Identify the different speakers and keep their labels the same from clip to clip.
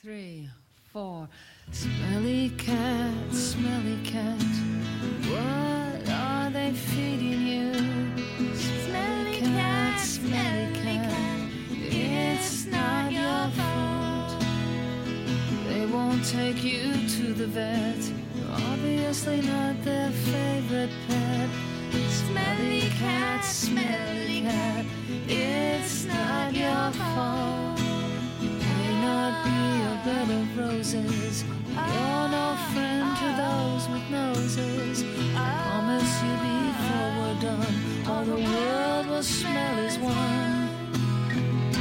Speaker 1: three, four. Smelly cat, smelly cat, what are they feeding you? Smelly cat, smelly cat, it's not your fault. They won't take you to the vet. You're obviously not their favorite pet. Smelly cat, smelly cat, it's not your fault. May not be a bed of roses. You're no friend to those with noses. I promise you before we're done, all the world will smell as one.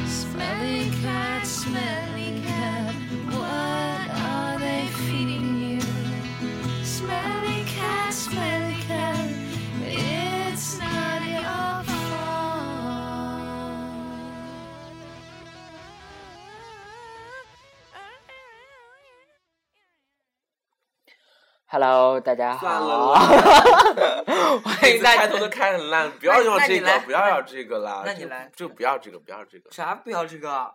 Speaker 1: Smelly cat, smelly cat, what are they feeding you? Smelly cat, smelly cat, it's not your fault.
Speaker 2: ，Hello，大家好。
Speaker 3: 算了啦，
Speaker 2: 欢
Speaker 3: 每
Speaker 2: 迎
Speaker 3: 次
Speaker 2: 大家
Speaker 3: 开头都开很烂，不要要
Speaker 4: 那
Speaker 3: 这
Speaker 4: 你
Speaker 3: 个
Speaker 4: 来，
Speaker 3: 不要要这个啦。
Speaker 4: 那你
Speaker 3: 这个
Speaker 4: 来
Speaker 3: 这个不要这个，不要这个。
Speaker 4: 啥不要这个？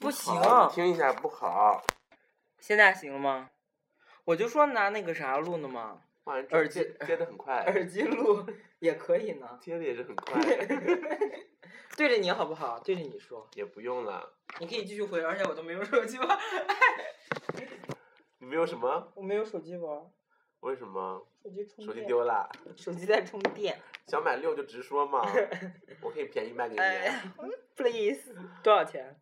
Speaker 4: 不行啊
Speaker 3: 好，你听一下不好。
Speaker 4: 现在行了吗？我就说拿那个啥录呢嘛，
Speaker 3: 哇，你
Speaker 4: 耳
Speaker 3: 接
Speaker 4: 机
Speaker 3: 接的很快，
Speaker 4: 耳机录也可以呢。
Speaker 3: 接的也是很快，
Speaker 4: 对着你好不好？对着你说，
Speaker 3: 也不用了。
Speaker 4: 你可以继续回，而且我都没有手机玩，
Speaker 3: 你没有什么？
Speaker 4: 我没有手机玩，
Speaker 3: 为什么？
Speaker 4: 手机充
Speaker 3: 手机丢了？
Speaker 4: 手机在充电。
Speaker 3: 想买六就直说 嘛，我可以便宜卖给
Speaker 4: 哎
Speaker 3: 你。啊
Speaker 4: 呀，please，多 少钱？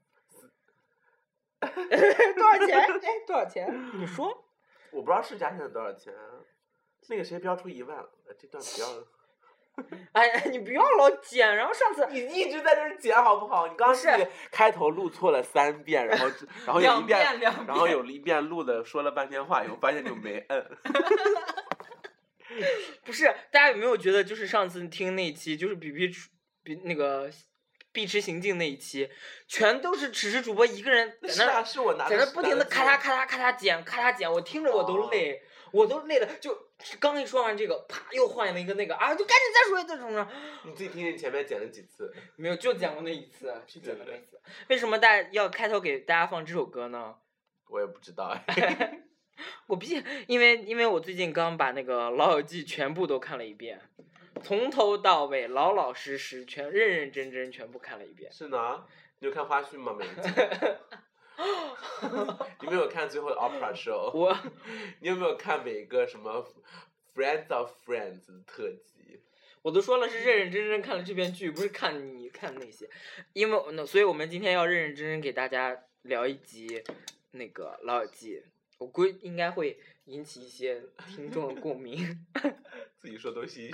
Speaker 4: 多少钱？哎，多少钱？你说，
Speaker 3: 我不知道市价现在多少钱，啊那个谁标出一万，呃这段不要。
Speaker 4: 哎呀，你不要老剪，然后上次
Speaker 3: 你一直在这儿剪好不好？你刚刚
Speaker 4: 不是
Speaker 3: 那个开头录错了三 遍，然后然后有
Speaker 4: 两
Speaker 3: 一遍，
Speaker 4: 遍两遍
Speaker 3: 然后有一遍录的说了半天话，以后发现就没摁。
Speaker 4: 不是，大家有没有觉得，就是上次听那一期，就是比比出比那个碧池行径那一期，全都是只是主播一个人在
Speaker 3: 是
Speaker 4: 那
Speaker 3: 啊，
Speaker 4: 儿
Speaker 3: 是我拿
Speaker 4: 在
Speaker 3: 着
Speaker 4: 那儿不停的咔嚓咔
Speaker 3: 咔。
Speaker 4: 嚓咔嚓剪，咔嚓剪，我听着我
Speaker 3: 哦
Speaker 4: 都累，我都累了。就刚一说完这个，啪又换了一个那个啊，就赶紧再说一次什么什么，
Speaker 3: 你自己听听前面剪了几次，
Speaker 4: 没有，就剪过那一次，是剪过那一次。为什么大家要开头给大家放这首歌呢？
Speaker 3: 我也不知道哎。
Speaker 4: 我毕竟因为因为我最近刚把那个《老友记》全部都看了一遍，从头到尾老老实实全认认真真全部看了一遍。
Speaker 3: 是呢，你有看花絮吗？每一集。 你没有看最后的 opera show？
Speaker 4: 我
Speaker 3: 你有没有看每个什么 Friends of Friends 的特辑？
Speaker 4: 我都说了是认认真真看了这篇剧，不是看你看那些，因为那所以我们今天要认认真真给大家聊一集那个《老友记》，我估计应该会引起一些听众的共鸣。
Speaker 3: 自己说都唏嘘。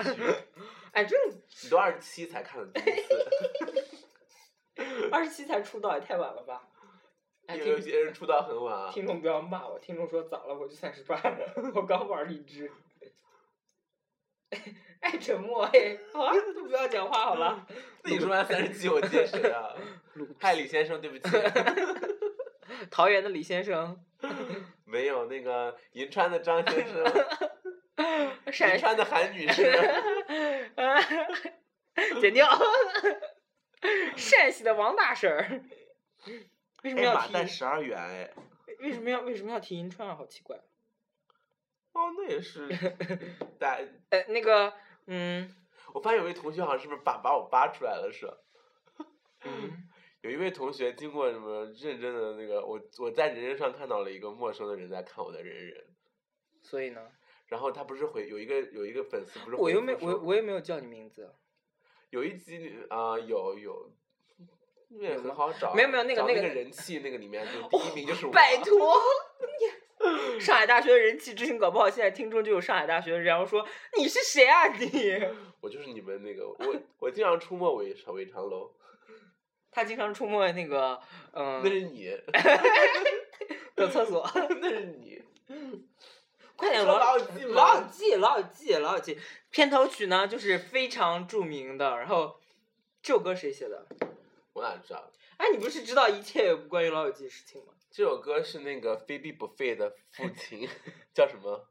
Speaker 4: 哎，这
Speaker 3: 你都二十七才看的第一次。
Speaker 4: 二十七才出道也太晚了吧？ 哎，
Speaker 3: 因为有
Speaker 4: 听
Speaker 3: 些人出道很晚啊。
Speaker 4: 听众不要骂我，听众说早了我就三十八了，我刚玩荔枝。哎，沉默哎，好、啊，都不要讲话好了。
Speaker 3: 自己说完三十七，我接谁啊？嗨，李先生，对 不起，
Speaker 4: 桃园的李先生，
Speaker 3: 没有那个银川的张先生，
Speaker 4: 陕
Speaker 3: 银
Speaker 4: 西，
Speaker 3: 川的韩女士，
Speaker 4: 剪 掉。陕西的王大婶儿，为什么
Speaker 3: 哎，
Speaker 4: 要
Speaker 3: 马
Speaker 4: 提？
Speaker 3: 蛋十二元哎，
Speaker 4: 为什么要为什么要提银川啊？好奇怪。
Speaker 3: 哦，那 也是，大，
Speaker 4: 呃，那个，嗯，
Speaker 3: 我发现有位同学好像是不是把把我扒出来了是吧？
Speaker 4: 嗯
Speaker 3: 有一位同学经过什么认真的那个，我我在人人上看到了一个陌生的人在看我的人人，
Speaker 4: 所以呢，
Speaker 3: 然后他不是回有一个有一个粉丝不是
Speaker 4: 我又
Speaker 3: 回复
Speaker 4: 没我
Speaker 3: 说
Speaker 4: 我也没有叫你名字。
Speaker 3: 有一集你啊、有有，那也
Speaker 4: 有
Speaker 3: 很
Speaker 4: 吗
Speaker 3: 好找啊，
Speaker 4: 没有没有那个
Speaker 3: 找
Speaker 4: 那
Speaker 3: 那
Speaker 4: 个哦
Speaker 3: 人气那个里面就第一名就是我，
Speaker 4: 拜托，你上海大学的人气之星，搞不好现在听众就有上海大学的人，然后说你是谁啊你？
Speaker 3: 我就是你们那个我我经常出没韦长韦长
Speaker 4: 嗯
Speaker 3: 楼，
Speaker 4: 他经常出没那个嗯、
Speaker 3: 那是 你，
Speaker 4: 的厕所，
Speaker 3: 那是你，
Speaker 4: 快点
Speaker 3: 说
Speaker 4: 老
Speaker 3: 老友记
Speaker 4: 老友
Speaker 3: 嘛，
Speaker 4: 记老友记老友记，片头曲呢就是非常著名的，然后这首歌谁写的？
Speaker 3: 我哪知道？
Speaker 4: 哎，你不是知道一切关于老友记的事情吗？
Speaker 3: 这首歌是那个菲比不费的 父亲叫什么？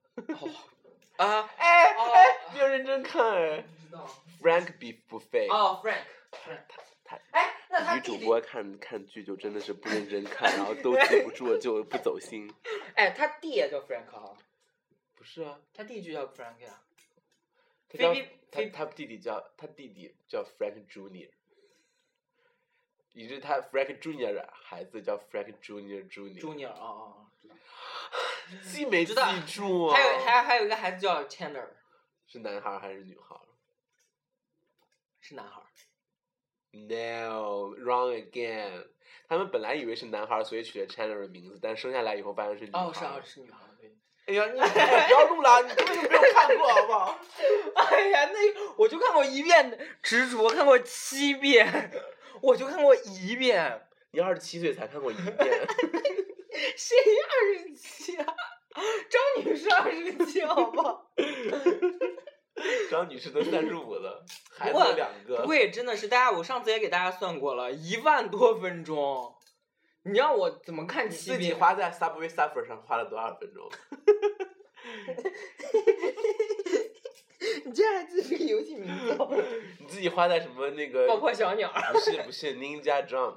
Speaker 4: 啊，
Speaker 3: 哎
Speaker 4: 哦
Speaker 3: 哎，没有认真看哎
Speaker 4: 不知道
Speaker 3: ，Frank B 不费，
Speaker 4: 哦，Frank，Frank，
Speaker 3: 他
Speaker 4: 哎，那
Speaker 5: 那他
Speaker 3: 女
Speaker 5: 弟
Speaker 3: 主
Speaker 5: 弟
Speaker 3: 播看看剧就真的是不认真看，然后都记不住就不走心。
Speaker 4: 哎，他弟也叫 Frank 啊哈，
Speaker 3: 不是啊，
Speaker 4: 他弟就叫 Frank 呀、
Speaker 3: 他叫
Speaker 4: Phoebe-
Speaker 3: 他
Speaker 4: Phoebe-
Speaker 3: 他弟弟叫他弟弟叫 Frank Junior，以致他 Frank Junior 的孩子叫 Frank Junior Junior，
Speaker 4: Junior 啊啊啊，知道
Speaker 3: 记没记
Speaker 4: 知道
Speaker 3: 住啊？
Speaker 4: 还有还有还有一个孩子叫 Chandler，
Speaker 3: 是男孩儿还是女孩儿
Speaker 4: 是男孩儿。
Speaker 3: ？No, wrong again。他们本来以为是男孩儿，所以取了 Chandler 的名字，但生下来以后发现是女孩儿。
Speaker 4: 哦，是啊，是女孩儿。对
Speaker 3: 哎呀， 你哎不要录了，你根本就没有看过，好不好？
Speaker 4: 哎呀，那我就看过一遍《执着》，看过七遍，我就看过一遍。
Speaker 3: 你二十七岁才看过一遍。
Speaker 4: 谁二十七啊？张女士二十七，好不好？
Speaker 3: 张女士都三十五了，孩子
Speaker 4: 过
Speaker 3: 有两个
Speaker 4: 不。会，真的是大家，我上次也给大家算过了，一万多分钟。你让我怎么看
Speaker 3: 你
Speaker 4: 七
Speaker 3: 自己
Speaker 4: 遍？
Speaker 3: 花在 Subway Surfer 上花了多少分钟？
Speaker 4: 你竟然还记这个游戏名字？
Speaker 3: 你自己花在什么那个？
Speaker 4: 爆破小鸟儿。
Speaker 3: 不是不是 Ninja Jump，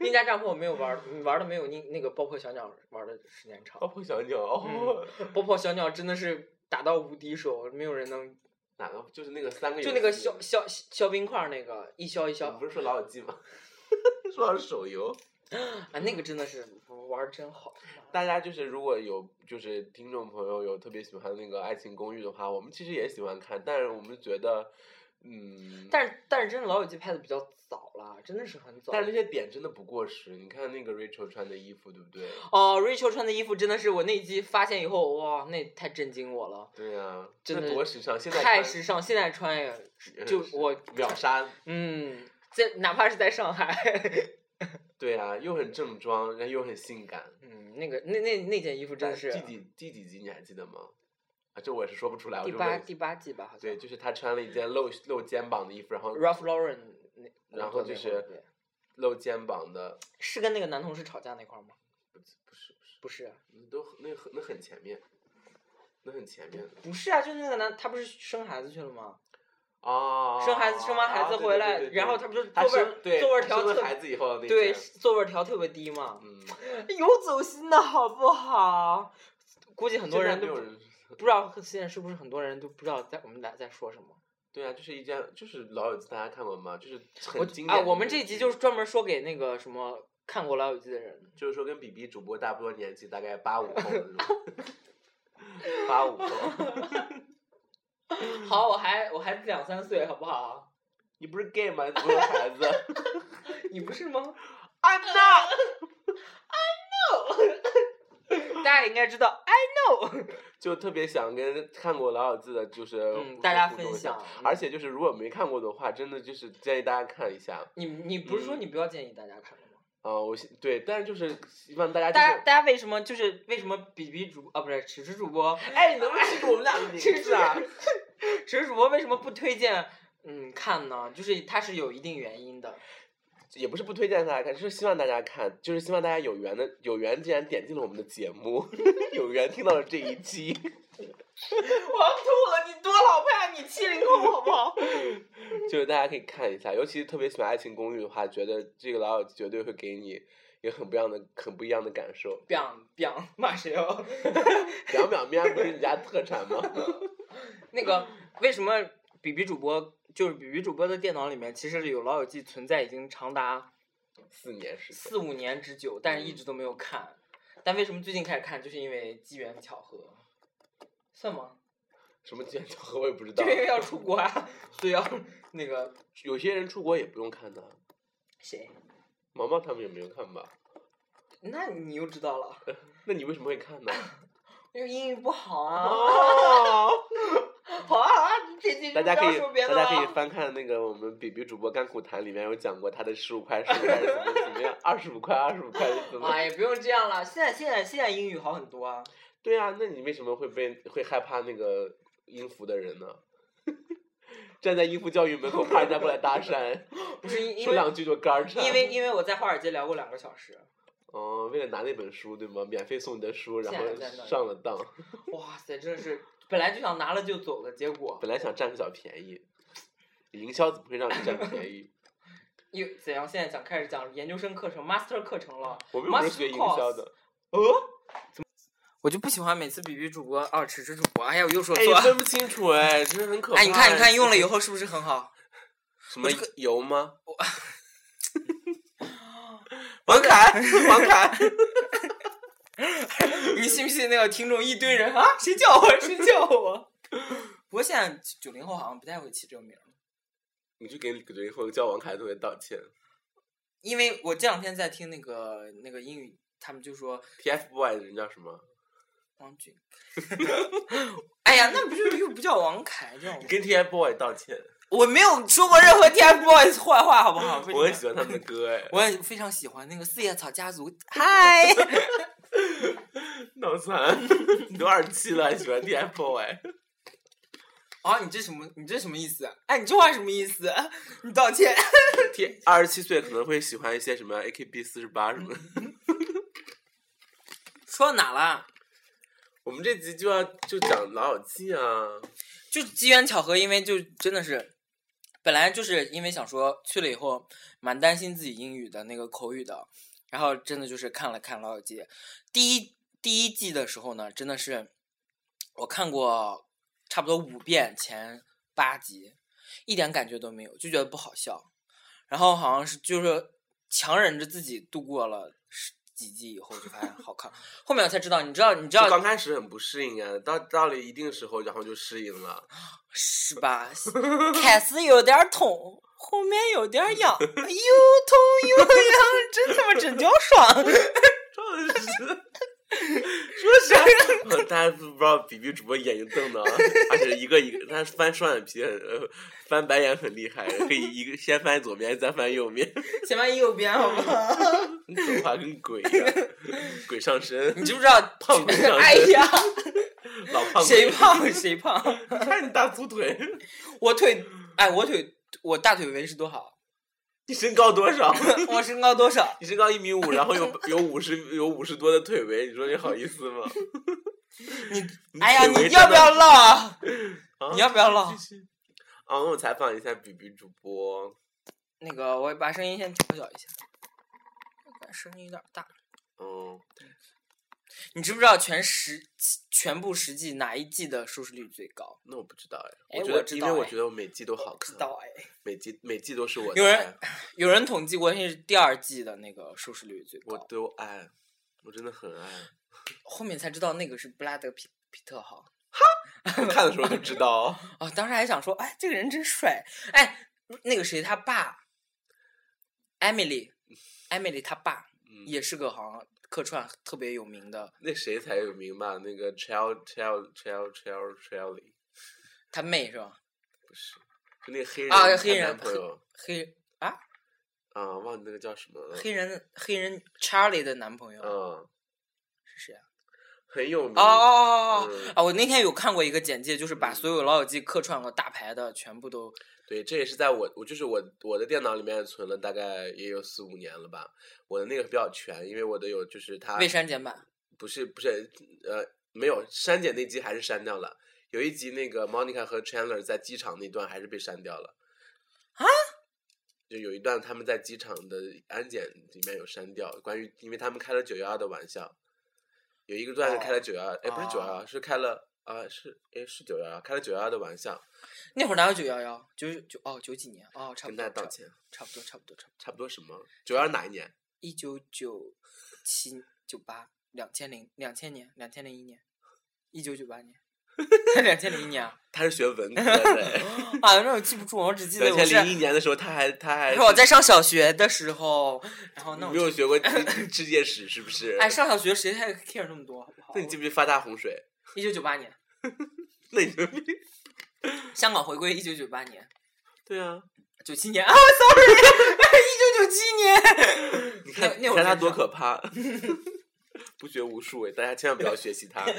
Speaker 4: 那家帐篷我没有玩儿，嗯玩的没有那那个爆破小鸟玩的时间长
Speaker 3: 爆。破小鸟哦，
Speaker 4: 爆破小鸟真的是打到无敌手，没有人能
Speaker 3: 哪个就是那个三个游戏？
Speaker 4: 就那个削削削冰块儿那个一削一削
Speaker 3: 你不是说老友记吗？ 说到手游，
Speaker 4: 啊，那个真的是嗯玩儿真好。
Speaker 3: 大家就是如果有就是听众朋友有特别喜欢那个《爱情公寓》的话，我们其实也喜欢看，但是我们觉得，嗯，
Speaker 4: 但是但是真的老友记拍的比较早了，真的是很早。
Speaker 3: 但是那些点真的不过时。你看那个 Rachel 穿的衣服，对不对？
Speaker 4: 哦，Rachel 穿的衣服真的是我那一集发现以后，哇，那太震惊我了，
Speaker 3: 对啊，
Speaker 4: 真
Speaker 3: 那
Speaker 4: 的
Speaker 3: 多时尚，现在
Speaker 4: 太
Speaker 3: 穿
Speaker 4: 时尚。现在穿也
Speaker 3: 也
Speaker 4: 就是我
Speaker 3: 秒杀，
Speaker 4: 嗯，在哪怕是在上海，
Speaker 3: 对啊，又很正装，然后又很性感。
Speaker 4: 嗯，那个那那那件衣服 真的是
Speaker 3: 第几第几集你还记得吗？啊，这我也是说不出来。我
Speaker 4: 第
Speaker 3: 就
Speaker 4: 八
Speaker 3: 问
Speaker 4: 第八季吧，好像
Speaker 3: 对，就是他穿了一件露露肩膀的衣服，然后
Speaker 4: Ralph Lauren 那
Speaker 3: 然
Speaker 4: 工
Speaker 3: 后
Speaker 4: 作
Speaker 3: 就
Speaker 4: 那会儿
Speaker 3: 是
Speaker 4: 对
Speaker 3: 露肩膀的，
Speaker 4: 是跟那个男同事吵架那块儿吗？
Speaker 3: 不是不是，
Speaker 4: 不是啊，
Speaker 3: 都那很那很前面，那很前面的
Speaker 4: 不是啊，就是那个男，他不是生孩子去了吗？
Speaker 3: 啊。
Speaker 4: 哦生孩子生完孩
Speaker 3: 啊
Speaker 4: 子
Speaker 3: 对
Speaker 4: 回
Speaker 3: 对
Speaker 4: 来，
Speaker 3: 对对
Speaker 4: 然后
Speaker 3: 对
Speaker 4: 他不是
Speaker 3: 他
Speaker 4: 座位
Speaker 3: 生对
Speaker 4: 儿座位儿
Speaker 3: 他
Speaker 4: 调
Speaker 3: 生了
Speaker 4: 特
Speaker 3: 孩子以后那
Speaker 4: 对
Speaker 3: 件
Speaker 4: 座位儿调特别低嘛，
Speaker 3: 嗯，
Speaker 4: 有走心的好不好？估计很多
Speaker 3: 现在
Speaker 4: 人
Speaker 3: 没
Speaker 4: 都
Speaker 3: 有
Speaker 4: 不
Speaker 3: 人
Speaker 4: 不知道现在是不是很多人都不知道在我们俩在说什么。
Speaker 3: 对啊，就是一件就是老友记，大家看过吗？就是
Speaker 4: 我
Speaker 3: 很经典
Speaker 4: 啊，
Speaker 3: 的
Speaker 4: 我
Speaker 3: 那
Speaker 4: 们
Speaker 3: 个
Speaker 4: 这集
Speaker 3: 剧
Speaker 4: 就是专门说给那个什么看过《老友记》的人。
Speaker 3: 就是说跟比比主播差不多年纪，大概八五后的那种，八五后。
Speaker 4: 好，我还我还两三岁，好不好？
Speaker 3: 你不是 gay 吗？你怎么有孩子
Speaker 4: 你不是吗？
Speaker 3: ？I'm not。
Speaker 4: 大家应该知道，I know。
Speaker 3: 就特别想跟看过老友记的，就是
Speaker 4: 嗯，大家
Speaker 3: 互动
Speaker 4: 分
Speaker 3: 一下
Speaker 4: 享。
Speaker 3: 而且就是如果没看过的话，真的就是建议大家看一下。
Speaker 4: 你你不是说
Speaker 3: 嗯
Speaker 4: 你不要建议大家看了吗？
Speaker 3: 啊、我希对，但是就是希望大家就
Speaker 4: 大家
Speaker 3: 是。
Speaker 4: 大家为什么就是为什么比比主啊不是迟迟主播
Speaker 3: 哎，你能不能记住我们俩的名字啊？
Speaker 4: 迟迟主播为什么不推荐嗯看呢？就是它是有一定原因的。
Speaker 3: 也不是不推荐大家看，就是希望大家看，就是希望大家有缘的有缘，竟然点进了我们的节目， 有缘听到了这一期。
Speaker 4: 我要吐了，你多老派啊！你七零后 好不好？
Speaker 3: 就是大家可以看一下，尤其是特别喜欢《爱情公寓》的话，觉得这个老友记绝对会给你有很不一样的、很不一样的感受。
Speaker 4: biang biang 骂谁哦？
Speaker 3: 表表面不是你家特产吗？
Speaker 4: 那个为什么比比主播就是比比主播的电脑里面其实有《老友记》存在已经长达
Speaker 3: 四年时间，
Speaker 4: 四五年之久，但是一直都没有看。但为什么最近开始看，就是因为机缘巧合，算吗？
Speaker 3: 什么卷巧合我也不知道
Speaker 4: 就。因为要出国啊，所以要那个
Speaker 3: 有些人出国也不用看的，
Speaker 4: 谁？
Speaker 3: 毛毛他们也没有看吧？
Speaker 4: 那你又知 道了，
Speaker 3: 那你为什么会看呢？
Speaker 4: 因为英语不好 啊。
Speaker 3: 哦，
Speaker 4: 好啊好啊，这期
Speaker 3: 大
Speaker 4: 就
Speaker 3: 家
Speaker 4: 不
Speaker 3: 可
Speaker 4: 要
Speaker 3: 以
Speaker 4: 说别的
Speaker 3: 大家可以
Speaker 4: 了。
Speaker 3: 翻看那个我们比比主播干股谈里面有讲过他的十五块、十五块是怎么怎么样，二十五块、二十五块是怎么？
Speaker 4: 哎呀，不用这样了，现在现在现在英语好很多啊。
Speaker 3: 对啊，那你为什么会被会害怕那个音符的人呢？ 站在音符教育门口，怕人家过来搭讪，
Speaker 4: 不是 因因
Speaker 3: 说
Speaker 4: 为
Speaker 3: 两句就肝颤。
Speaker 4: 因为因为我在华尔街聊过两个小时，
Speaker 3: 嗯，为了拿那本书对吗？免费送你的书，然
Speaker 4: 现
Speaker 3: 后
Speaker 4: 在在那里
Speaker 3: 上了当，
Speaker 4: 哇塞，真的是本来就想拿了就走的结果。
Speaker 3: 本来想占个小便宜，营销怎么会让你占便宜？
Speaker 4: 又怎样？现在讲开始讲研究生课程、master 课程了。
Speaker 3: 我们又不是
Speaker 4: Master
Speaker 3: 学营销的。
Speaker 4: 呃？怎么？我就不喜欢每次比比主播哦，只是主播。哎呀，我又说
Speaker 3: 哎，
Speaker 4: 错。
Speaker 3: 分不清楚哎，真的很可怕。
Speaker 4: 哎，你看，你看，用了以后是不是很 好？
Speaker 3: 什么油吗？
Speaker 4: 王凯，王凯，你信不信那个听众一堆人啊？谁叫我？谁叫我？ 不过现在九零后好像不太会起这个名儿，
Speaker 3: 你去给九零后叫王凯同学道歉。
Speaker 4: 因为我这两天在听那个那个英语，他们就说
Speaker 3: TFBOY 的人叫什么？
Speaker 4: 王俊。 哎呀，那不就又不叫王凯，叫王
Speaker 3: 你跟 TFBOY 道歉。
Speaker 4: 我没有说过任何 TFBOYS 坏话，好不好？
Speaker 3: 我很喜欢他们的歌哎，
Speaker 4: 我也非常喜欢那个四叶草家族。 嗨，
Speaker 3: 脑残， 你都二十七了还喜欢 TFBOY？
Speaker 4: 啊，你这什么？你这什么意思？哎，你这话什么意思？ 你道歉。
Speaker 3: 二十七岁可能会喜欢一些什么 AKB 四十八什么的。
Speaker 4: 说到哪了？
Speaker 3: 我们这集就要就讲老友记啊，
Speaker 4: 就是机缘巧合，因为就真的是，本来就是因为想说去了以后蛮担心自己英语的那个口语的，然后真的就是看了看《老友记》，第一第一季的时候呢，真的是我看过差不多五遍前八集，一点感觉都没有，就觉得不好笑，然后好像是就是强忍着自己度过了十几集以后，就发现好看，后面我才知道，你知道你知
Speaker 3: 就
Speaker 4: 道
Speaker 3: 刚开始很不适应啊，到到了一定时候，然后就适应了。
Speaker 4: 是吧？ 开始有点儿痛，后面有点儿 痒，又痛 又痒，真他妈真叫爽！
Speaker 3: 真是，说啥？ 呃大家不知道比比主播眼睛瞪的啊，而且一个一个，他翻双眼皮，呃，翻白眼很厉害，可以一个先翻左边，再翻右面，
Speaker 4: 先翻右边好不好？
Speaker 3: 很可怕，跟鬼一样，鬼上身，
Speaker 4: 你知不知 道？
Speaker 3: 胖姑娘
Speaker 4: 哎呀，
Speaker 3: 老胖鬼
Speaker 4: 谁？胖谁胖？
Speaker 3: 看你大粗腿，
Speaker 4: 我腿，哎，我腿，我大腿围是多 好？
Speaker 3: 你身高多少？
Speaker 4: 我身高多少？
Speaker 3: 你身高一米五，然后有有五十有五十多的腿围，你说你好意思吗？你
Speaker 4: 哎呀，
Speaker 3: 腿围
Speaker 4: 你要
Speaker 3: 真
Speaker 4: 不
Speaker 3: 的
Speaker 4: 要唠啊？
Speaker 3: 啊
Speaker 4: 你要不要唠？
Speaker 3: 啊，我采访一下比比主播，
Speaker 4: 那个，我把声音先调小一下，我感觉声音有点大。
Speaker 3: 嗯，
Speaker 4: 你知不知道全十全部十季哪一季的收视率最高？
Speaker 3: 那我不知道哎，
Speaker 4: 哎
Speaker 3: 觉
Speaker 4: 我
Speaker 3: 得
Speaker 4: 知
Speaker 3: 因
Speaker 4: 道
Speaker 3: 为我
Speaker 4: 哎
Speaker 3: 觉得我每季都好看，
Speaker 4: 哎。
Speaker 3: 每季每季都是我
Speaker 4: 有
Speaker 3: 的
Speaker 4: 人
Speaker 3: 爱
Speaker 4: 有人统计过，那是第二季的那个收视率最
Speaker 3: 我
Speaker 4: 高，
Speaker 3: 都爱，我真的很爱。
Speaker 4: 后面才知道那个是布拉德皮皮特号
Speaker 3: 我看的时候就知道，
Speaker 4: 啊、当时还想说，哎，这个人真帅，哎，那个谁他爸，Emily，Emily 他爸、
Speaker 3: 嗯
Speaker 4: 也是个好像客串特别有名的，
Speaker 3: 那谁才有名吧？那个 Chell Chell Chell Chell Chelly
Speaker 4: 他妹是吧？
Speaker 3: 不是，就那个黑人
Speaker 4: 啊
Speaker 3: 她
Speaker 4: 黑人
Speaker 3: 男朋友
Speaker 4: 黑啊，
Speaker 3: 啊，忘了那个叫什么了，
Speaker 4: 黑人黑人 Charlie 的男朋友、
Speaker 3: 嗯，
Speaker 4: 是谁啊？
Speaker 3: 很有名
Speaker 4: 哦哦哦哦
Speaker 3: 嗯
Speaker 4: 哦！啊，我那天有看过一个简介，就是把
Speaker 3: 嗯
Speaker 4: 所有老友记客串过大牌的全部都
Speaker 3: 对，这也是在我我就是我我的电脑里面存了大概也有四五年了吧。我的那个比较全，因为我的有就是它
Speaker 4: 未删减版。
Speaker 3: 不是不是呃没有删减那集还是删掉了，有一集那个 Monica 和 Chandler 在机场那段还是被删掉了
Speaker 4: 啊，
Speaker 3: 就有一段他们在机场的安检里面有删掉，关于因为他们开了九幺幺的玩笑，有一个段是开
Speaker 4: 哦
Speaker 3: 了九幺幺，哎不是九幺幺是开了啊、是哎是九幺幺开了九幺幺的玩笑，
Speaker 4: 那会儿哪有九幺幺？九九哦，九几年哦，差不
Speaker 3: 跟
Speaker 4: 多。
Speaker 3: 大家道
Speaker 4: 差
Speaker 3: 歉，
Speaker 4: 差不多，差不多，差不多。
Speaker 3: 差不多什么九幺哪一年？
Speaker 4: 一九九七九八，两千零两千年，两千零一年，一九九八年，两千零一年 啊！
Speaker 3: 他是学文科 的，
Speaker 4: 啊，那我记不住，我只记得
Speaker 3: 两
Speaker 4: 我
Speaker 3: 千
Speaker 4: 是
Speaker 3: 零一年的时候他还他还
Speaker 4: 是我在上小学的时候，然后
Speaker 3: 你
Speaker 4: 那我
Speaker 3: 没有
Speaker 4: 就
Speaker 3: 学过世界史是 不是？
Speaker 4: 哎，上小学谁还 care 那么多，好不好
Speaker 3: 那？你记不记得发大洪水？
Speaker 4: 一九九八年，
Speaker 3: 那你就
Speaker 4: 香港回归一九九八年，
Speaker 3: 对啊，
Speaker 4: 九七年啊，sorry，一九九七年。
Speaker 3: 你
Speaker 4: 那
Speaker 3: 看
Speaker 4: 那
Speaker 3: 你
Speaker 4: 会儿
Speaker 3: 看他
Speaker 4: 真
Speaker 3: 多
Speaker 4: 是
Speaker 3: 可怕，不学无术哎，大家千万不要学 习他，千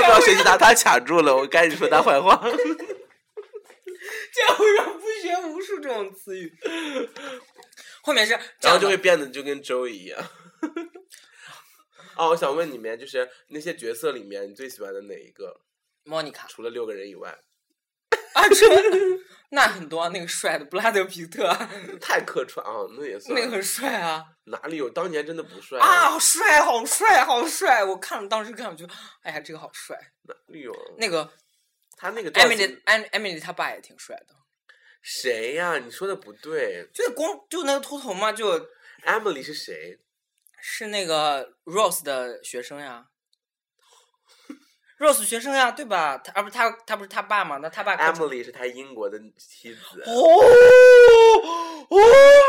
Speaker 3: 万不要学习他，他卡住了，我赶紧说他坏 话。
Speaker 4: 这样会让不学无术这种词语。后面是这
Speaker 3: 然后
Speaker 4: 样
Speaker 3: 就会
Speaker 4: 的，
Speaker 3: 变得就跟周一样。哦，我想问你们，就是那些角色里面，你最喜欢的哪一个？
Speaker 4: 莫妮卡
Speaker 3: 除了六个人以外，
Speaker 4: 啊，真的那很多啊那个帅的布拉德皮特啊，
Speaker 3: 太客串啊，那也算。
Speaker 4: 那个很帅啊
Speaker 3: 哪里有？当年真的不帅
Speaker 4: 啊，！好帅，好帅，好帅！我看了当时看了，我觉得哎呀，这个好帅。
Speaker 3: 哪里有？
Speaker 4: 那个
Speaker 3: 哎他那个造
Speaker 4: 艾米
Speaker 3: 型
Speaker 4: 丽，，艾艾米丽她爸也挺帅的，
Speaker 3: 谁呀？你说的不对
Speaker 4: 就是光就那个秃头嘛，就
Speaker 3: ，Emily 是谁？
Speaker 4: 是那个 Rose 的学生 呀。Rose 学生呀，对吧？他啊不是他他不是他爸嘛？那他爸可
Speaker 3: Emily 是他英国的妻子。
Speaker 4: 哦，Oh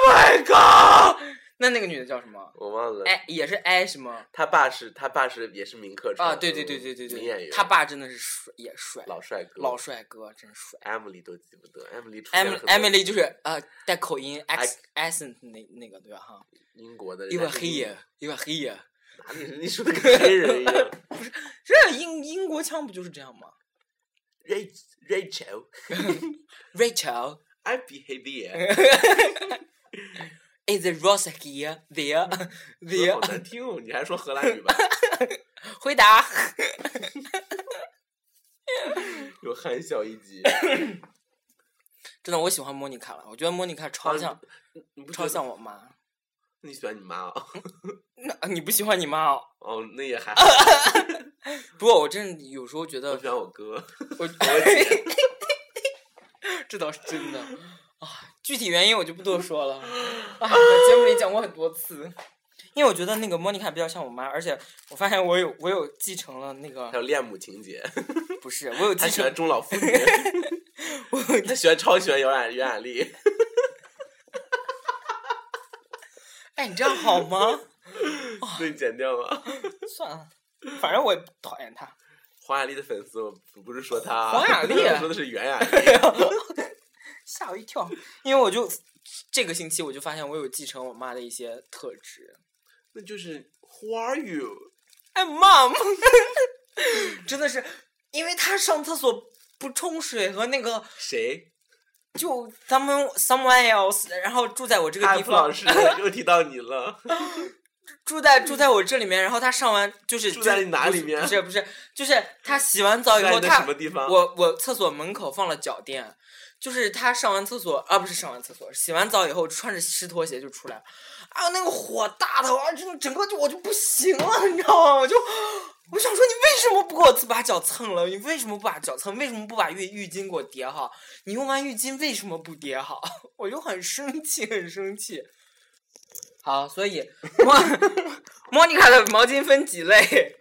Speaker 4: my god！那那个女的叫什么？
Speaker 3: 我忘了，
Speaker 4: 哎，也是哎什么
Speaker 3: 他爸是他爸是也是名客串
Speaker 4: 啊？对对对对对
Speaker 3: 名演
Speaker 4: 对，
Speaker 3: 员，
Speaker 4: 他爸真的是帅，也帅，
Speaker 3: 老帅哥，
Speaker 4: 老帅哥，真帅。
Speaker 3: Emily 都记不得，Emily 出现了
Speaker 4: Emily
Speaker 3: 很多
Speaker 4: Emily 就是呃带口音，ac accent 那那个对吧哈？
Speaker 3: 英国的人，
Speaker 4: You are
Speaker 3: 但是英
Speaker 4: here, you are here。
Speaker 3: 哪里人？你说的跟黑人一样
Speaker 4: 这英英国腔不就是这样吗
Speaker 3: ，Rach Rachel。
Speaker 4: ？Rachel
Speaker 3: I behave here，
Speaker 4: is Rosa here, there,
Speaker 3: 嗯好
Speaker 4: there？
Speaker 3: 难听哦！你还说荷兰语吧？
Speaker 4: 回答。
Speaker 3: 有憨笑一 集。
Speaker 4: 真的，我喜欢莫妮卡了，我觉得莫妮卡超像
Speaker 3: 你啊你不觉
Speaker 4: 超
Speaker 3: 得
Speaker 4: 像我妈。
Speaker 3: 你喜欢你妈哦？
Speaker 4: 那你不喜欢你妈哦？
Speaker 3: 哦，那也 还好。
Speaker 4: 不过我真的有时候觉
Speaker 3: 我
Speaker 4: 得
Speaker 3: 喜欢我哥。
Speaker 4: 我
Speaker 3: 姐
Speaker 4: 这倒是真的啊，具体原因我就不多说了。哎，在节目里讲过很多次，因为我觉得那个莫妮卡比较像我妈，而且我发现我有我有继承了那
Speaker 3: 还
Speaker 4: 个
Speaker 3: 有恋母情节，
Speaker 4: 不是我有
Speaker 3: 他
Speaker 4: 继
Speaker 3: 喜
Speaker 4: 承
Speaker 3: 欢中老妇女，
Speaker 4: 我有
Speaker 3: 他喜欢超喜欢姚冉袁冉丽。
Speaker 4: 哎，你这样好吗？
Speaker 3: 那你剪掉吗？
Speaker 4: 算了，反正我也不讨厌他。
Speaker 3: 黄雅莉的粉丝，我不是说她。
Speaker 4: 黄雅莉
Speaker 3: 我说的是袁雅莉。
Speaker 4: 吓我一跳，因为我就这个星期我就发现我有继承我妈的一些特质。
Speaker 3: 那就是 Who are you？
Speaker 4: 哎，mom，真的是，因为她上厕所不冲水和那个
Speaker 3: 谁？
Speaker 4: 就 someone someone else，然后住在我这个地
Speaker 3: 艾普老
Speaker 4: 方，
Speaker 3: 师又提到你了，
Speaker 4: 住在住在我这里面，然后他上完就是
Speaker 3: 住在
Speaker 4: 就是
Speaker 3: 哪里面
Speaker 4: 不是不是，就是他洗完 澡以
Speaker 3: 在
Speaker 4: 后，
Speaker 3: 你的什
Speaker 4: 他
Speaker 3: 么地方？
Speaker 4: 我我厕所门口放了脚垫，就是他上完厕所啊，不是上完厕所，洗完澡以后穿着湿拖鞋就出来了，啊，那个火大的，啊，就整个就我就不行了，你知道吗？我就我想说，你为什么不给我把脚蹭了？你为什么不把脚蹭？为什么不把浴浴巾给我叠好？你用完浴巾为什么不叠好？ 我就很生气，很生气。好，所以莫 莫妮卡的毛巾分几类？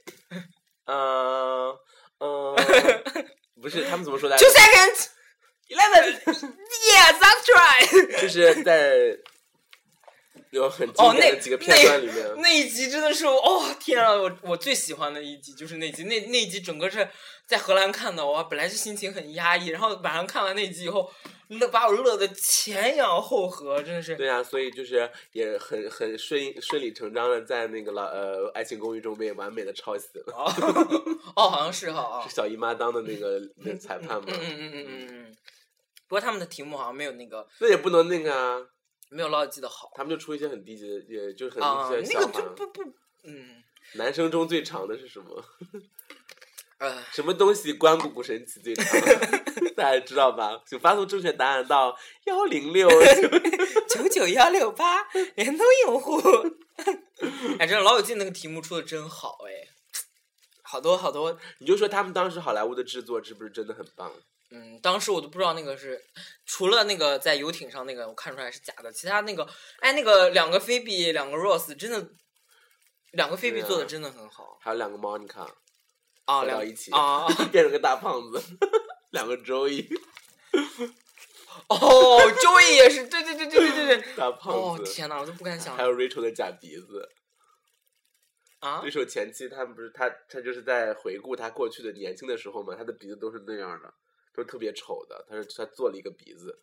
Speaker 3: 嗯嗯， 不是，他们怎么说的
Speaker 4: Two？seconds, eleven. Yes, that's right.
Speaker 3: 就是在有很经
Speaker 4: 哦
Speaker 3: 典
Speaker 4: 那
Speaker 3: 的几个片段里面，
Speaker 4: 那一集真的是我，哦天啊，我我最喜欢的一集就是那集，那那一集整个是在荷兰看的，我本来是心情很压抑，然后晚上看完那集以后，乐把我乐的前仰后合，真的是。
Speaker 3: 对啊，所以就是也很很顺顺理成章的在那个老呃《爱情公寓》中被完美的抄袭了，
Speaker 4: 哦，哦，好像是哈啊
Speaker 3: 是。 小姨妈当的那个那裁判嘛
Speaker 4: 嗯，嗯嗯嗯嗯嗯。不过他们的题目好像没有那个
Speaker 3: 那也不能那个啊，
Speaker 4: 没有老友记的好
Speaker 3: 他们就出一些很低级的，也就是很
Speaker 4: 啊，
Speaker 3: 低级的
Speaker 4: 那个
Speaker 3: 想
Speaker 4: 就
Speaker 3: 法。
Speaker 4: 不不嗯
Speaker 3: 男生中最长的是什么？
Speaker 4: 呃。
Speaker 3: 什么东西关谷古神奇最长？ 大家知道吧？请发送正确答案到幺零六。
Speaker 4: 九九幺六 八联通用户。哎，真的《老友记》那个题目出的真好哎，好多好多，
Speaker 3: 你就说他们当时好莱坞的制作是不是真的很棒？
Speaker 4: 嗯，当时我都不知道那个是，除了那个在游艇上那个我看出来是假的，其他那个，哎，那个两个菲比，两个 Rose，真的，两个菲比
Speaker 3: 对啊
Speaker 4: 做的真的很好
Speaker 3: 还有两个 Monica
Speaker 4: 啊，
Speaker 3: 合
Speaker 4: 两
Speaker 3: 到一起
Speaker 4: 啊，啊
Speaker 3: 变成个大胖子， 两个 Joey
Speaker 4: 哦，Joey 也是，对对对对对对 对，
Speaker 3: 大胖
Speaker 4: 哦
Speaker 3: 子，
Speaker 4: 天哪，我都不敢想
Speaker 3: 还有 Rachel 的假鼻子。
Speaker 4: 啊，
Speaker 3: Rachel 前期他们不是他他就是在回顾他过去的年轻的时候嘛，他的鼻子都是那样的，都是特别丑的。他是他做了一个鼻子，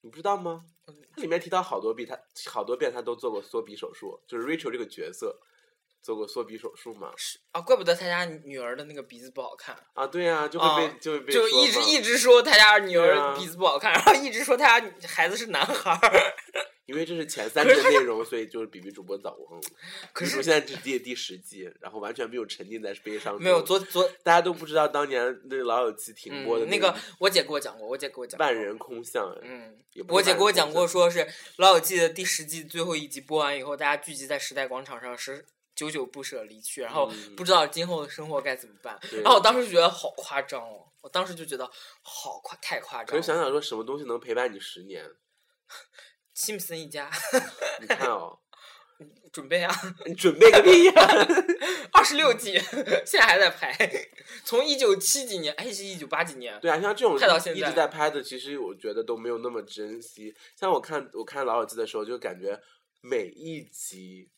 Speaker 3: 你不知道吗？
Speaker 4: 嗯
Speaker 3: 它里面提到好多遍，他好多遍他都做过缩鼻手术，就是 Rachel 这个角色做过缩鼻手术嘛？
Speaker 4: 是啊，怪不得他家女儿的那个鼻子不好看，
Speaker 3: 啊，对呀、就会被、
Speaker 4: 啊
Speaker 3: 就会被
Speaker 4: 就
Speaker 3: 说
Speaker 4: 一直
Speaker 3: 嘛
Speaker 4: 一直说他家女
Speaker 3: 对
Speaker 4: 儿
Speaker 3: 啊
Speaker 4: 鼻子不好看，然后一直说他家孩子是男孩 儿。
Speaker 3: 因为这是前三季的内容，所以就是比比主播早更。
Speaker 4: 可
Speaker 3: 比
Speaker 4: 是
Speaker 3: 如现在是第第十季，然后完全没有沉浸在悲伤中。
Speaker 4: 没有昨昨
Speaker 3: 大家都不知道当年那个老友记停播的
Speaker 4: 嗯那
Speaker 3: 个
Speaker 4: 个我姐给我讲过，我姐给我讲过
Speaker 3: 万人空巷，啊
Speaker 4: 嗯
Speaker 3: 也，不
Speaker 4: 我
Speaker 3: 是
Speaker 4: 姐
Speaker 3: 万
Speaker 4: 给我
Speaker 3: 人
Speaker 4: 讲
Speaker 3: 空
Speaker 4: 过，
Speaker 3: 巷
Speaker 4: 说是《老友记》的第十季最后一集播完以后，大家聚集在时代广场上，是久久不舍离去，然后
Speaker 3: 嗯
Speaker 4: 不知道今后的生活该怎么办。
Speaker 3: 对
Speaker 4: 然后我当时就觉得好夸张哦，我当时就觉得好夸，太夸
Speaker 3: 可
Speaker 4: 张
Speaker 3: 是想
Speaker 4: 了。
Speaker 3: 想说什么东西能陪伴你十年？
Speaker 4: 辛普森一家，
Speaker 3: 你 看哦，
Speaker 4: 准备啊，
Speaker 3: 你准备个屁呀！
Speaker 4: 二十六季， 现在还在拍， 从一九七几年，哎，是一九八几年，
Speaker 3: 对啊，像这种
Speaker 4: 拍到现
Speaker 3: 一
Speaker 4: 在
Speaker 3: 直在拍的，其实我觉得都没有那么珍惜。像我看我看老友记的时候，就感觉每一集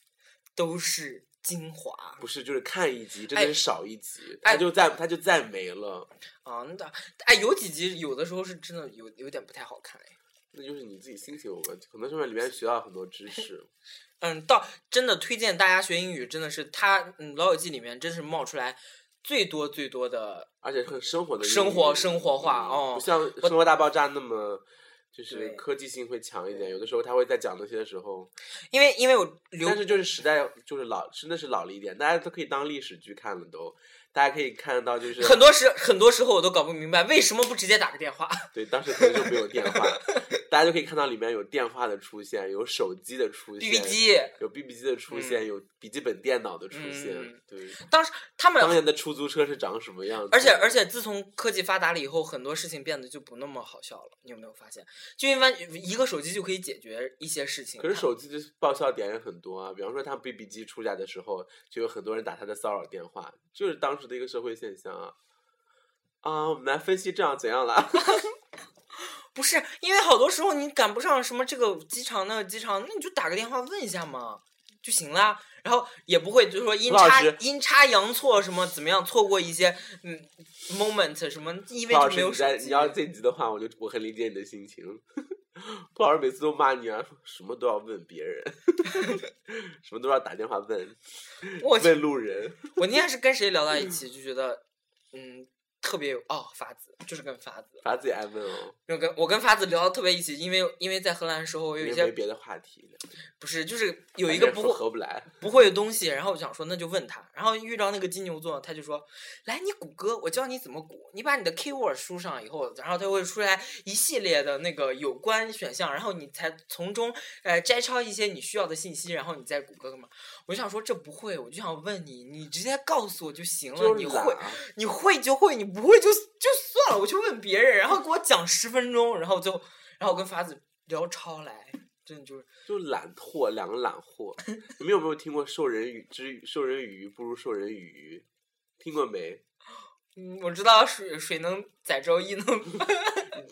Speaker 4: 都是精华
Speaker 3: 不是就是看一集，真
Speaker 4: 哎
Speaker 3: 的是少一集，
Speaker 4: 哎
Speaker 3: 它就再它就再没了。
Speaker 4: 啊！那哎，有几集有的时候是真的有有点不太好看哎。
Speaker 3: 那就是你自己心情有问题，可能是因为里面学到很多知识。
Speaker 4: 嗯，到真的推荐大家学英语，真的是它，嗯，《老友记》里面真是冒出来最多最多的，
Speaker 3: 而且很生活的
Speaker 4: 生
Speaker 3: 英语
Speaker 4: 活生活化
Speaker 3: 嗯
Speaker 4: 哦
Speaker 3: 不像《生活大爆炸》那么就是
Speaker 4: 对
Speaker 3: 科技性会强一点。有的时候他会在讲那些的时候，
Speaker 4: 因为因为我留
Speaker 3: 但是就是时代就是老真的是老了一点，大家都可以当历史剧看了都，大家可以看得到就是
Speaker 4: 很多时很多时候我都搞不明白为什么不直接打个电话，
Speaker 3: 对当时可能就没有电话，大家就可以看到里面有电话的出现，有手机的出
Speaker 4: BB
Speaker 3: 现。
Speaker 4: 机。
Speaker 3: 有 B B 机的出现，有笔记本电脑的出现，
Speaker 4: 嗯
Speaker 3: 对，
Speaker 4: 当时他们
Speaker 3: 当，年的出租车是长什么样子？
Speaker 4: 而且而且自从科技发达了以后，很多事情变得就不那么好笑了。你有没有发现？就因为一个手机就可以解决一些事情。
Speaker 3: 可是
Speaker 4: 它
Speaker 3: 手机就是爆笑点也很多啊，比方说他 B B 机出来的时候，就有很多人打他的骚扰电话，就是当时的一个社会现象啊。啊，我们来分析这样怎样啦？
Speaker 4: 不是因为好多时候你赶不上什么这个机场那个机场，那你就打个电话问一下嘛就行啦。然后也不会就是说阴
Speaker 3: 胡老
Speaker 4: 差
Speaker 3: 师
Speaker 4: 阴差阳错什么怎么样错过一些嗯 moment 什么，因为
Speaker 3: 蒲老
Speaker 4: 就
Speaker 3: 师，
Speaker 4: 没有
Speaker 3: 你
Speaker 4: 手
Speaker 3: 在
Speaker 4: 机
Speaker 3: 你。要这集的话，我就我很理解你的心情。 蒲老师每次都骂你啊，说什么都要问别人， 什么都要打电话问
Speaker 4: 我
Speaker 3: 问路人。
Speaker 4: 我那天是跟谁聊到一起，就觉得嗯特别有哦法子，就是跟法子，
Speaker 3: 他自己爱问哦，
Speaker 4: 因为跟我跟法子聊的特别一起，因为因为在荷兰的时候我有
Speaker 3: 因
Speaker 4: 一
Speaker 3: 为
Speaker 4: 些
Speaker 3: 没别的话题了，
Speaker 4: 不是就是有
Speaker 3: 反
Speaker 4: 一个
Speaker 3: 正
Speaker 4: 不
Speaker 3: 说
Speaker 4: 会
Speaker 3: 合不来。
Speaker 4: 不会的东西，然后我想说那就问他，然后遇到那个金牛座，他就说，来你谷歌，我教你怎么谷，你把你的 keyword 输上以后，然后他会出来一系列的那个有关选项，然后你才从中呃摘抄一些你需要的信息，然后你再谷歌嘛。我就想说这不会，我就想问你，你直接告诉我就行了，
Speaker 3: 就是
Speaker 4: 你
Speaker 3: 懒
Speaker 4: 会
Speaker 3: 啊
Speaker 4: 你会就会，你不会就就算了，我去问别人，然后给我讲十分钟，然后就然后我跟法子聊超来，真的就是
Speaker 3: 就懒货，两个懒货。你们有没有听过授人以之，授人以鱼不如授人以渔？听过没？
Speaker 4: 嗯，我知道水水能载舟，亦能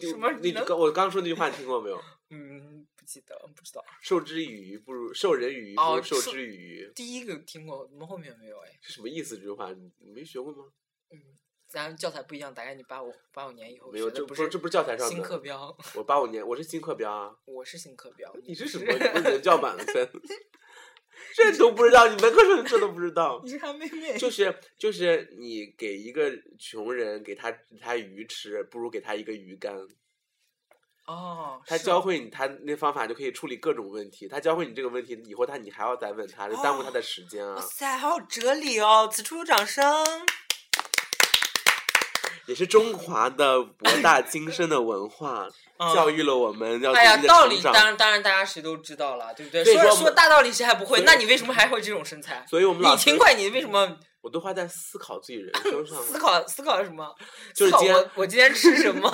Speaker 4: 什么
Speaker 3: 那句
Speaker 4: 能
Speaker 3: 刚我刚说那句话，你听过没有？
Speaker 4: 嗯，不记得，不知道。
Speaker 3: 授之以鱼不如授人以渔，不
Speaker 4: 哦
Speaker 3: 如授
Speaker 4: 授
Speaker 3: 之以渔，
Speaker 4: 第一个听过，你们后面没有哎？
Speaker 3: 是什么意思？这句话你你没学过吗？
Speaker 4: 嗯，咱教材不一样，大概你八五八五年以后
Speaker 3: 没有，
Speaker 4: 学的
Speaker 3: 这
Speaker 4: 不
Speaker 3: 不是这不是教材上
Speaker 4: 新课
Speaker 3: 的。
Speaker 4: 标，
Speaker 3: 我八五年，我是新课标啊。
Speaker 4: 我是新课标，
Speaker 3: 你是
Speaker 4: 不
Speaker 3: 什么？你不是人教版的分？ 这都不知道，你文科生这都不知道。
Speaker 4: 你是韩妹妹，
Speaker 3: 就是就是你给一个穷人给他给他鱼吃，不如给他一个鱼竿。
Speaker 4: 哦，
Speaker 3: 他
Speaker 4: 是
Speaker 3: 教
Speaker 4: 吗
Speaker 3: 会你他那方法就可以处理各种问题。他教会你这个问题以后，他你还要再问他，就耽误他的时间啊
Speaker 4: 哇，塞，好有哲理哦！此处掌声。
Speaker 3: 也是中华的博大精深的文化
Speaker 4: 嗯
Speaker 3: 教育了我们要
Speaker 4: 哎呀
Speaker 3: 独立，地
Speaker 4: 道
Speaker 3: 成
Speaker 4: 理
Speaker 3: 长
Speaker 4: 当然当然大家谁都知道了，对不对？
Speaker 3: 所以
Speaker 4: 说
Speaker 3: 说我
Speaker 4: 说
Speaker 3: 们
Speaker 4: 大道理谁还不会？
Speaker 3: 所以
Speaker 4: 那你为什么还会这种身材？
Speaker 3: 所以我们老
Speaker 4: 你
Speaker 3: 师
Speaker 4: 勤，快，你为什么
Speaker 3: 我都花在思考自己人生上
Speaker 4: 思
Speaker 3: 了。
Speaker 4: 考思考什么？
Speaker 3: 就是
Speaker 4: 思考
Speaker 3: 今天
Speaker 4: 我我今天吃什么？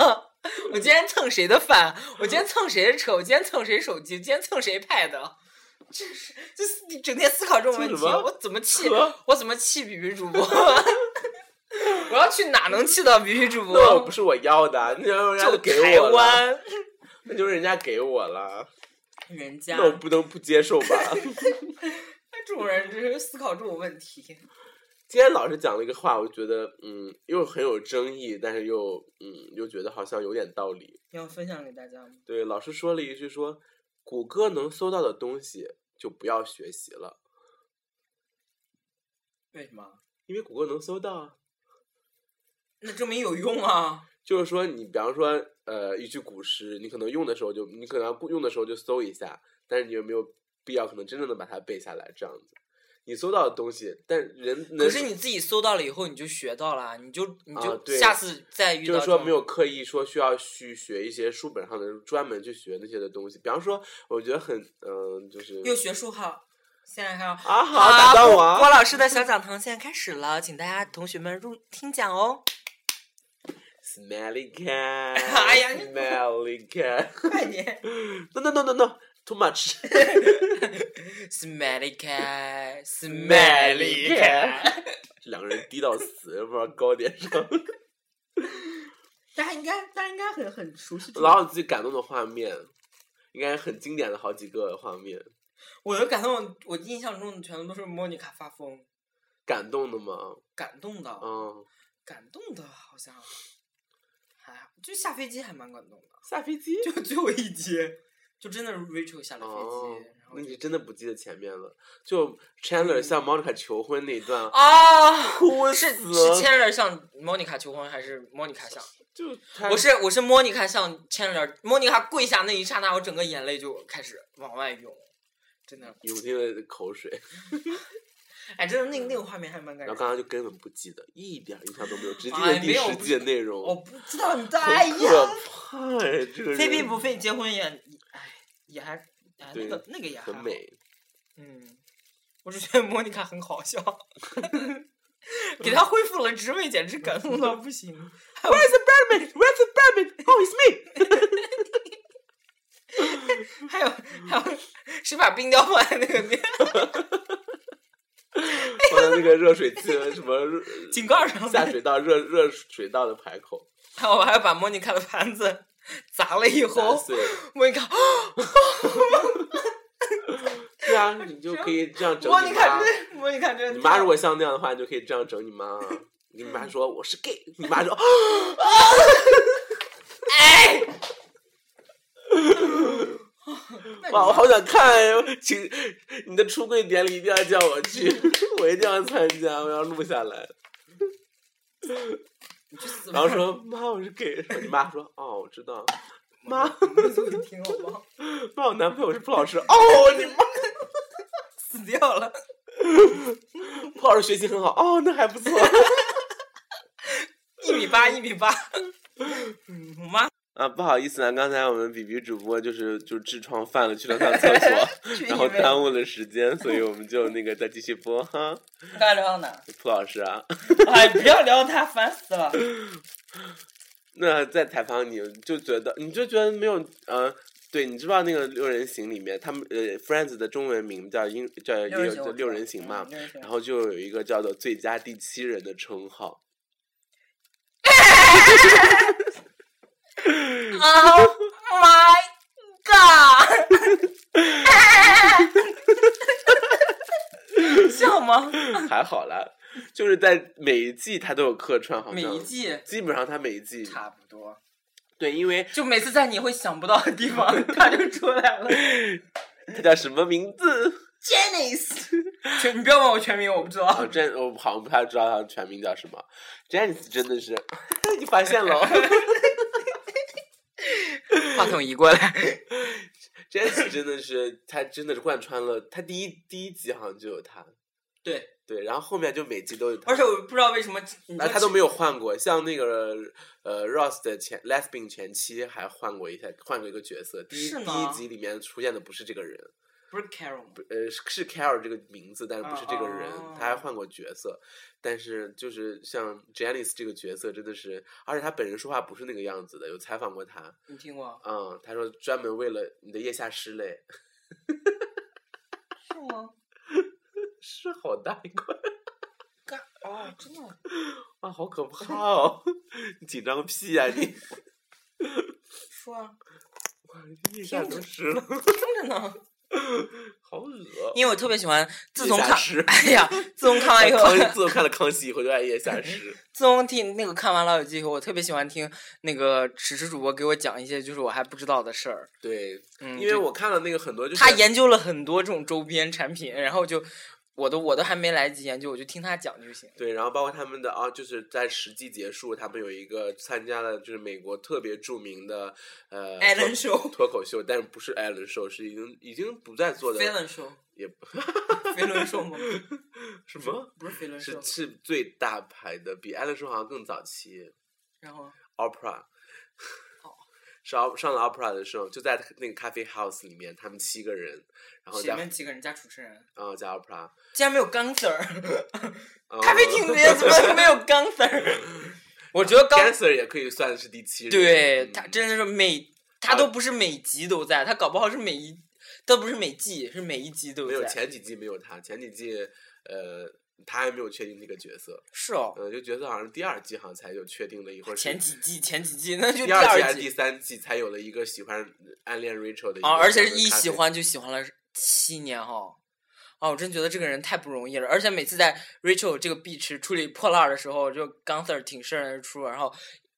Speaker 4: 我今天蹭谁的饭？我今天蹭谁的车？我今天蹭谁手机？今天蹭谁 pad？真是，就是你整天思考这种问题，
Speaker 3: 蹭什么
Speaker 4: 我怎么气
Speaker 3: 和？
Speaker 4: 我怎么气比比主播？ 我要去哪能气到比比主
Speaker 3: 那我不
Speaker 4: 播？
Speaker 3: 是我要的， 那要人家
Speaker 4: 嗯就
Speaker 3: 给
Speaker 4: 台
Speaker 3: 我了，
Speaker 4: 湾
Speaker 3: 那就是人家给我了，
Speaker 4: 人家
Speaker 3: 那我不能不接受吧？
Speaker 4: 这种人就是思考这种问题。
Speaker 3: 今天老师讲了一个话，我觉得嗯，又很有争议，但是又嗯，又觉得好像有点道理。
Speaker 4: 你要分享给大家吗？
Speaker 3: 对，老师说了一句说，谷歌能搜到的东西就不要学习了。
Speaker 4: 为什么？
Speaker 3: 因为谷啊歌能搜到啊。
Speaker 4: 那证明有用啊！
Speaker 3: 就是说，你比方说，呃，一句古诗，你可能用的时候就，你可能要顾用的时候就搜一下，但是你有没有必要，可能真正的把它背下来这样子？你搜到的东西，但人能
Speaker 4: 可是你自己搜到了以后，你就学到了，你就你就、
Speaker 3: 啊对
Speaker 4: 下次再遇到
Speaker 3: 就是说
Speaker 4: 这种
Speaker 3: 没有刻意说需要去学一些书本上的专门去学那些的东西，比方说，我觉得很嗯、就是
Speaker 4: 又学术号。现在看啊，
Speaker 3: 啊好打断我
Speaker 4: 郭
Speaker 3: 啊，
Speaker 4: 老师的小讲堂现在开始了，请大家同学们入听讲哦。
Speaker 3: Smelly cat，
Speaker 4: 哎呀你
Speaker 3: s m e l l y cat，no
Speaker 4: 快点
Speaker 3: no no no no，too much。
Speaker 4: ，Smelly cat，Smelly
Speaker 3: Smelly
Speaker 4: cat。
Speaker 3: 这两个人低到死，不知道高点上。
Speaker 4: 大家应该，大家应该很很熟悉这种。
Speaker 3: 老有自己感动的画面，应该很经典的好几个画面，
Speaker 4: 我的感动，我印象中的全都是莫妮卡发疯，
Speaker 3: 感动的嘛，
Speaker 4: 感动的，
Speaker 3: 嗯，
Speaker 4: 感动的，好像还好就下飞机还蛮感动的，
Speaker 3: 下飞机。
Speaker 4: 就最后一集，就真的是 Rachel 下了飞
Speaker 3: 哦
Speaker 4: 机，然，后
Speaker 3: 那
Speaker 4: 就
Speaker 3: 你真的不记得前面了？就 Chandler 向 Monica 求婚那一段，
Speaker 4: 啊，
Speaker 3: 哭
Speaker 4: 是
Speaker 3: 死
Speaker 4: 是
Speaker 3: 了
Speaker 4: Chandler 向 Monica 求婚还是 Monica 向？
Speaker 3: 就他
Speaker 4: 我是我是 Monica 向 Chandler，Monica 跪下那一刹那，我整个眼泪就开始往外涌，真的，
Speaker 3: 涌进了口水，
Speaker 4: 哎，真的那个那个画面还蛮感人
Speaker 3: 然后
Speaker 4: 的
Speaker 3: 刚。刚就根本不记得，一点印象都没有，只记
Speaker 4: 哎
Speaker 3: 得第
Speaker 4: 没有
Speaker 3: 十季的内容。
Speaker 4: 我不知道你的
Speaker 3: 很
Speaker 4: 哎
Speaker 3: 可
Speaker 4: 呀，
Speaker 3: 怕哎，这个人
Speaker 4: 非必不费结婚也，哎，也还哎那
Speaker 3: 对
Speaker 4: 个那个也还
Speaker 3: 很
Speaker 4: 好
Speaker 3: 美。
Speaker 4: 嗯，我只觉得莫妮卡很好 笑，给她恢复了职位，简直感动到不行。Where's the Bradman? Where's the Bradman? Oh, it's me. 还有还有，谁把冰雕放在那个那哎
Speaker 3: 放在那个热水器的什么 热
Speaker 4: 井盖上
Speaker 3: 下
Speaker 4: 面？
Speaker 3: 水道热热水道的排口
Speaker 4: 还有我还要把莫妮卡的盘子砸了以
Speaker 3: 砸
Speaker 4: 后，
Speaker 3: 碎，
Speaker 4: 莫妮卡，
Speaker 3: 对啊，你就可以这样整
Speaker 4: 莫妮
Speaker 3: 你
Speaker 4: 卡
Speaker 3: 妈。
Speaker 4: 真，莫妮卡真，
Speaker 3: 你妈如果像那样的话，你就可以这样整你妈 啊。你妈说我是 gay，你妈说
Speaker 4: 哎，
Speaker 3: 哇，我好想看哎，请你的出柜典礼一定要叫我去， 我一定要参加，我要录下来。
Speaker 4: 你去死吧
Speaker 3: 然后说妈，我是 gay，你妈说哦，我知道。妈，
Speaker 4: 你走你听好不好？
Speaker 3: 妈，我男朋友是蒲老师。哦，你妈，
Speaker 4: 死掉了，
Speaker 3: 蒲老师学习很好。哦，那还不错。
Speaker 4: 一米八，一米八。嗯，我妈
Speaker 3: 啊，不好意思啊，刚才我们比比主播就是就痔疮犯了，去了趟厕 所，
Speaker 4: 去
Speaker 3: 然后耽误了时间，所以我们就那个再继续播哈。
Speaker 4: 刚才聊到哪？
Speaker 3: 蒲老师啊，
Speaker 4: 哎，不要聊他，烦死了。
Speaker 3: 那在采访你就觉得你就觉得没有呃，对，你知不知道那个六人行里面，他们呃 Friends 的中文名叫英叫也有叫六人行
Speaker 4: 嗯
Speaker 3: 嘛，然后就有一个叫做最佳第七人的称号。
Speaker 4: Oh my god！笑吗？
Speaker 3: 还好啦，就是在每一季他都有客串，好像
Speaker 4: 每一季
Speaker 3: 基本上他每一季
Speaker 4: 差不多，
Speaker 3: 对，因为
Speaker 4: 就每次在你会想不到的 地方，他就出来了。
Speaker 3: 他叫什么名字？
Speaker 4: Janice，全你不要问我全名，我不知道
Speaker 3: 哦，。真我好像不太知道他全名叫什么。Janice 真的是， 你发现了哦
Speaker 4: 话筒移过来。
Speaker 3: ，Janice 真的是，他真的是贯穿了，他第一第一集好像就有他，
Speaker 4: 对，
Speaker 3: 对，然后后面就每集都有他
Speaker 4: 而，且我不知道为什么，你
Speaker 3: 然后他都没有换过，像那个呃 Ross 的前 Lesbian 前妻还换过一下，换过一个角色，第一
Speaker 4: 是
Speaker 3: 第
Speaker 4: 吗
Speaker 3: 一集里面出现的不是这个人，
Speaker 4: 不是 Carol 吗？
Speaker 3: 呃，是是 Carol 这个名字，但是不是这个人，
Speaker 4: 哦
Speaker 3: 他还换过角色。但是就是像 Janice 这个角色，真的是，而且他本人说话不是那个样子的。有采访过他，
Speaker 4: 你听过？
Speaker 3: 嗯，他说专门为了你的腋下湿 嘞，
Speaker 4: 是吗？
Speaker 3: 湿好大一块，
Speaker 4: 干哦，真的
Speaker 3: 哇，好可怕哦！ 你紧张个屁呀、 你！
Speaker 4: 说啊，
Speaker 3: 哇，腋下都湿了，
Speaker 4: 听着呢。
Speaker 3: 好恶哦
Speaker 4: 因为我特别喜欢，自从
Speaker 3: 腋
Speaker 4: 看
Speaker 3: 下湿，
Speaker 4: 哎呀，自从看完 以后，
Speaker 3: 康自从看了康熙以后就爱腋下湿。
Speaker 4: 自从听那个看完《老友记》以后，我特别喜欢听那个史诗主播给我讲一些就是我还不知道的事儿。
Speaker 3: 对，
Speaker 4: 嗯，
Speaker 3: 因为
Speaker 4: 就
Speaker 3: 我看了那个很多，就是
Speaker 4: 他研究了很多这种周边产品，然后就我都我都还没来得及研究，我就听他讲就行。
Speaker 3: 对，然后包括他们的啊，就是在实际结束，他们有一个参加了就是美国特别著名的呃
Speaker 4: Ellen
Speaker 3: 脱
Speaker 4: Show
Speaker 3: 脱口秀，但是不是 Ellen Show，是已经已经不再做的
Speaker 4: 飞轮兽，
Speaker 3: 也 不
Speaker 4: 飞轮兽 吗？
Speaker 3: 什么
Speaker 4: 不是飞轮兽
Speaker 3: 是，是最大牌的，比 Ellen Show 好像更早期
Speaker 4: 然后
Speaker 3: Opera。
Speaker 4: 哦
Speaker 3: 是奥 上了 opera 的时候，就在那个咖啡 house 里面，他们七个人，然后啊
Speaker 4: 前
Speaker 3: 加
Speaker 4: 面几个人加主持人，
Speaker 3: 然后加 opera，
Speaker 4: 竟然没有钢丝儿，
Speaker 3: 哦嗯
Speaker 4: 咖啡厅里面怎么没有钢丝 儿？我觉得钢
Speaker 3: Dancer 也可以算是第七人。
Speaker 4: 对
Speaker 3: 嗯
Speaker 4: 他真的是每，他都不是每集都在，他搞不好是每一，都不是每季，是每一集都
Speaker 3: 没有
Speaker 4: 在。
Speaker 3: 前几季没有他，前几季呃他还没有确定这个角色，
Speaker 4: 是哦，
Speaker 3: 呃，这角色好像是第二季好像才有确定的，一会儿是
Speaker 4: 前几季，前几季那就
Speaker 3: 第二季还
Speaker 4: 二
Speaker 3: 是第三季才有了一个喜欢暗恋 Rachel 的一个
Speaker 4: 啊，而且
Speaker 3: 小
Speaker 4: 是一
Speaker 3: 咖啡
Speaker 4: 喜欢就喜欢了七年哈、哦。啊，我真觉得这个人太不容易了，而且每次在 Rachel 这个碧池处理破烂儿的时候，就 Gunther 挺身而出，然后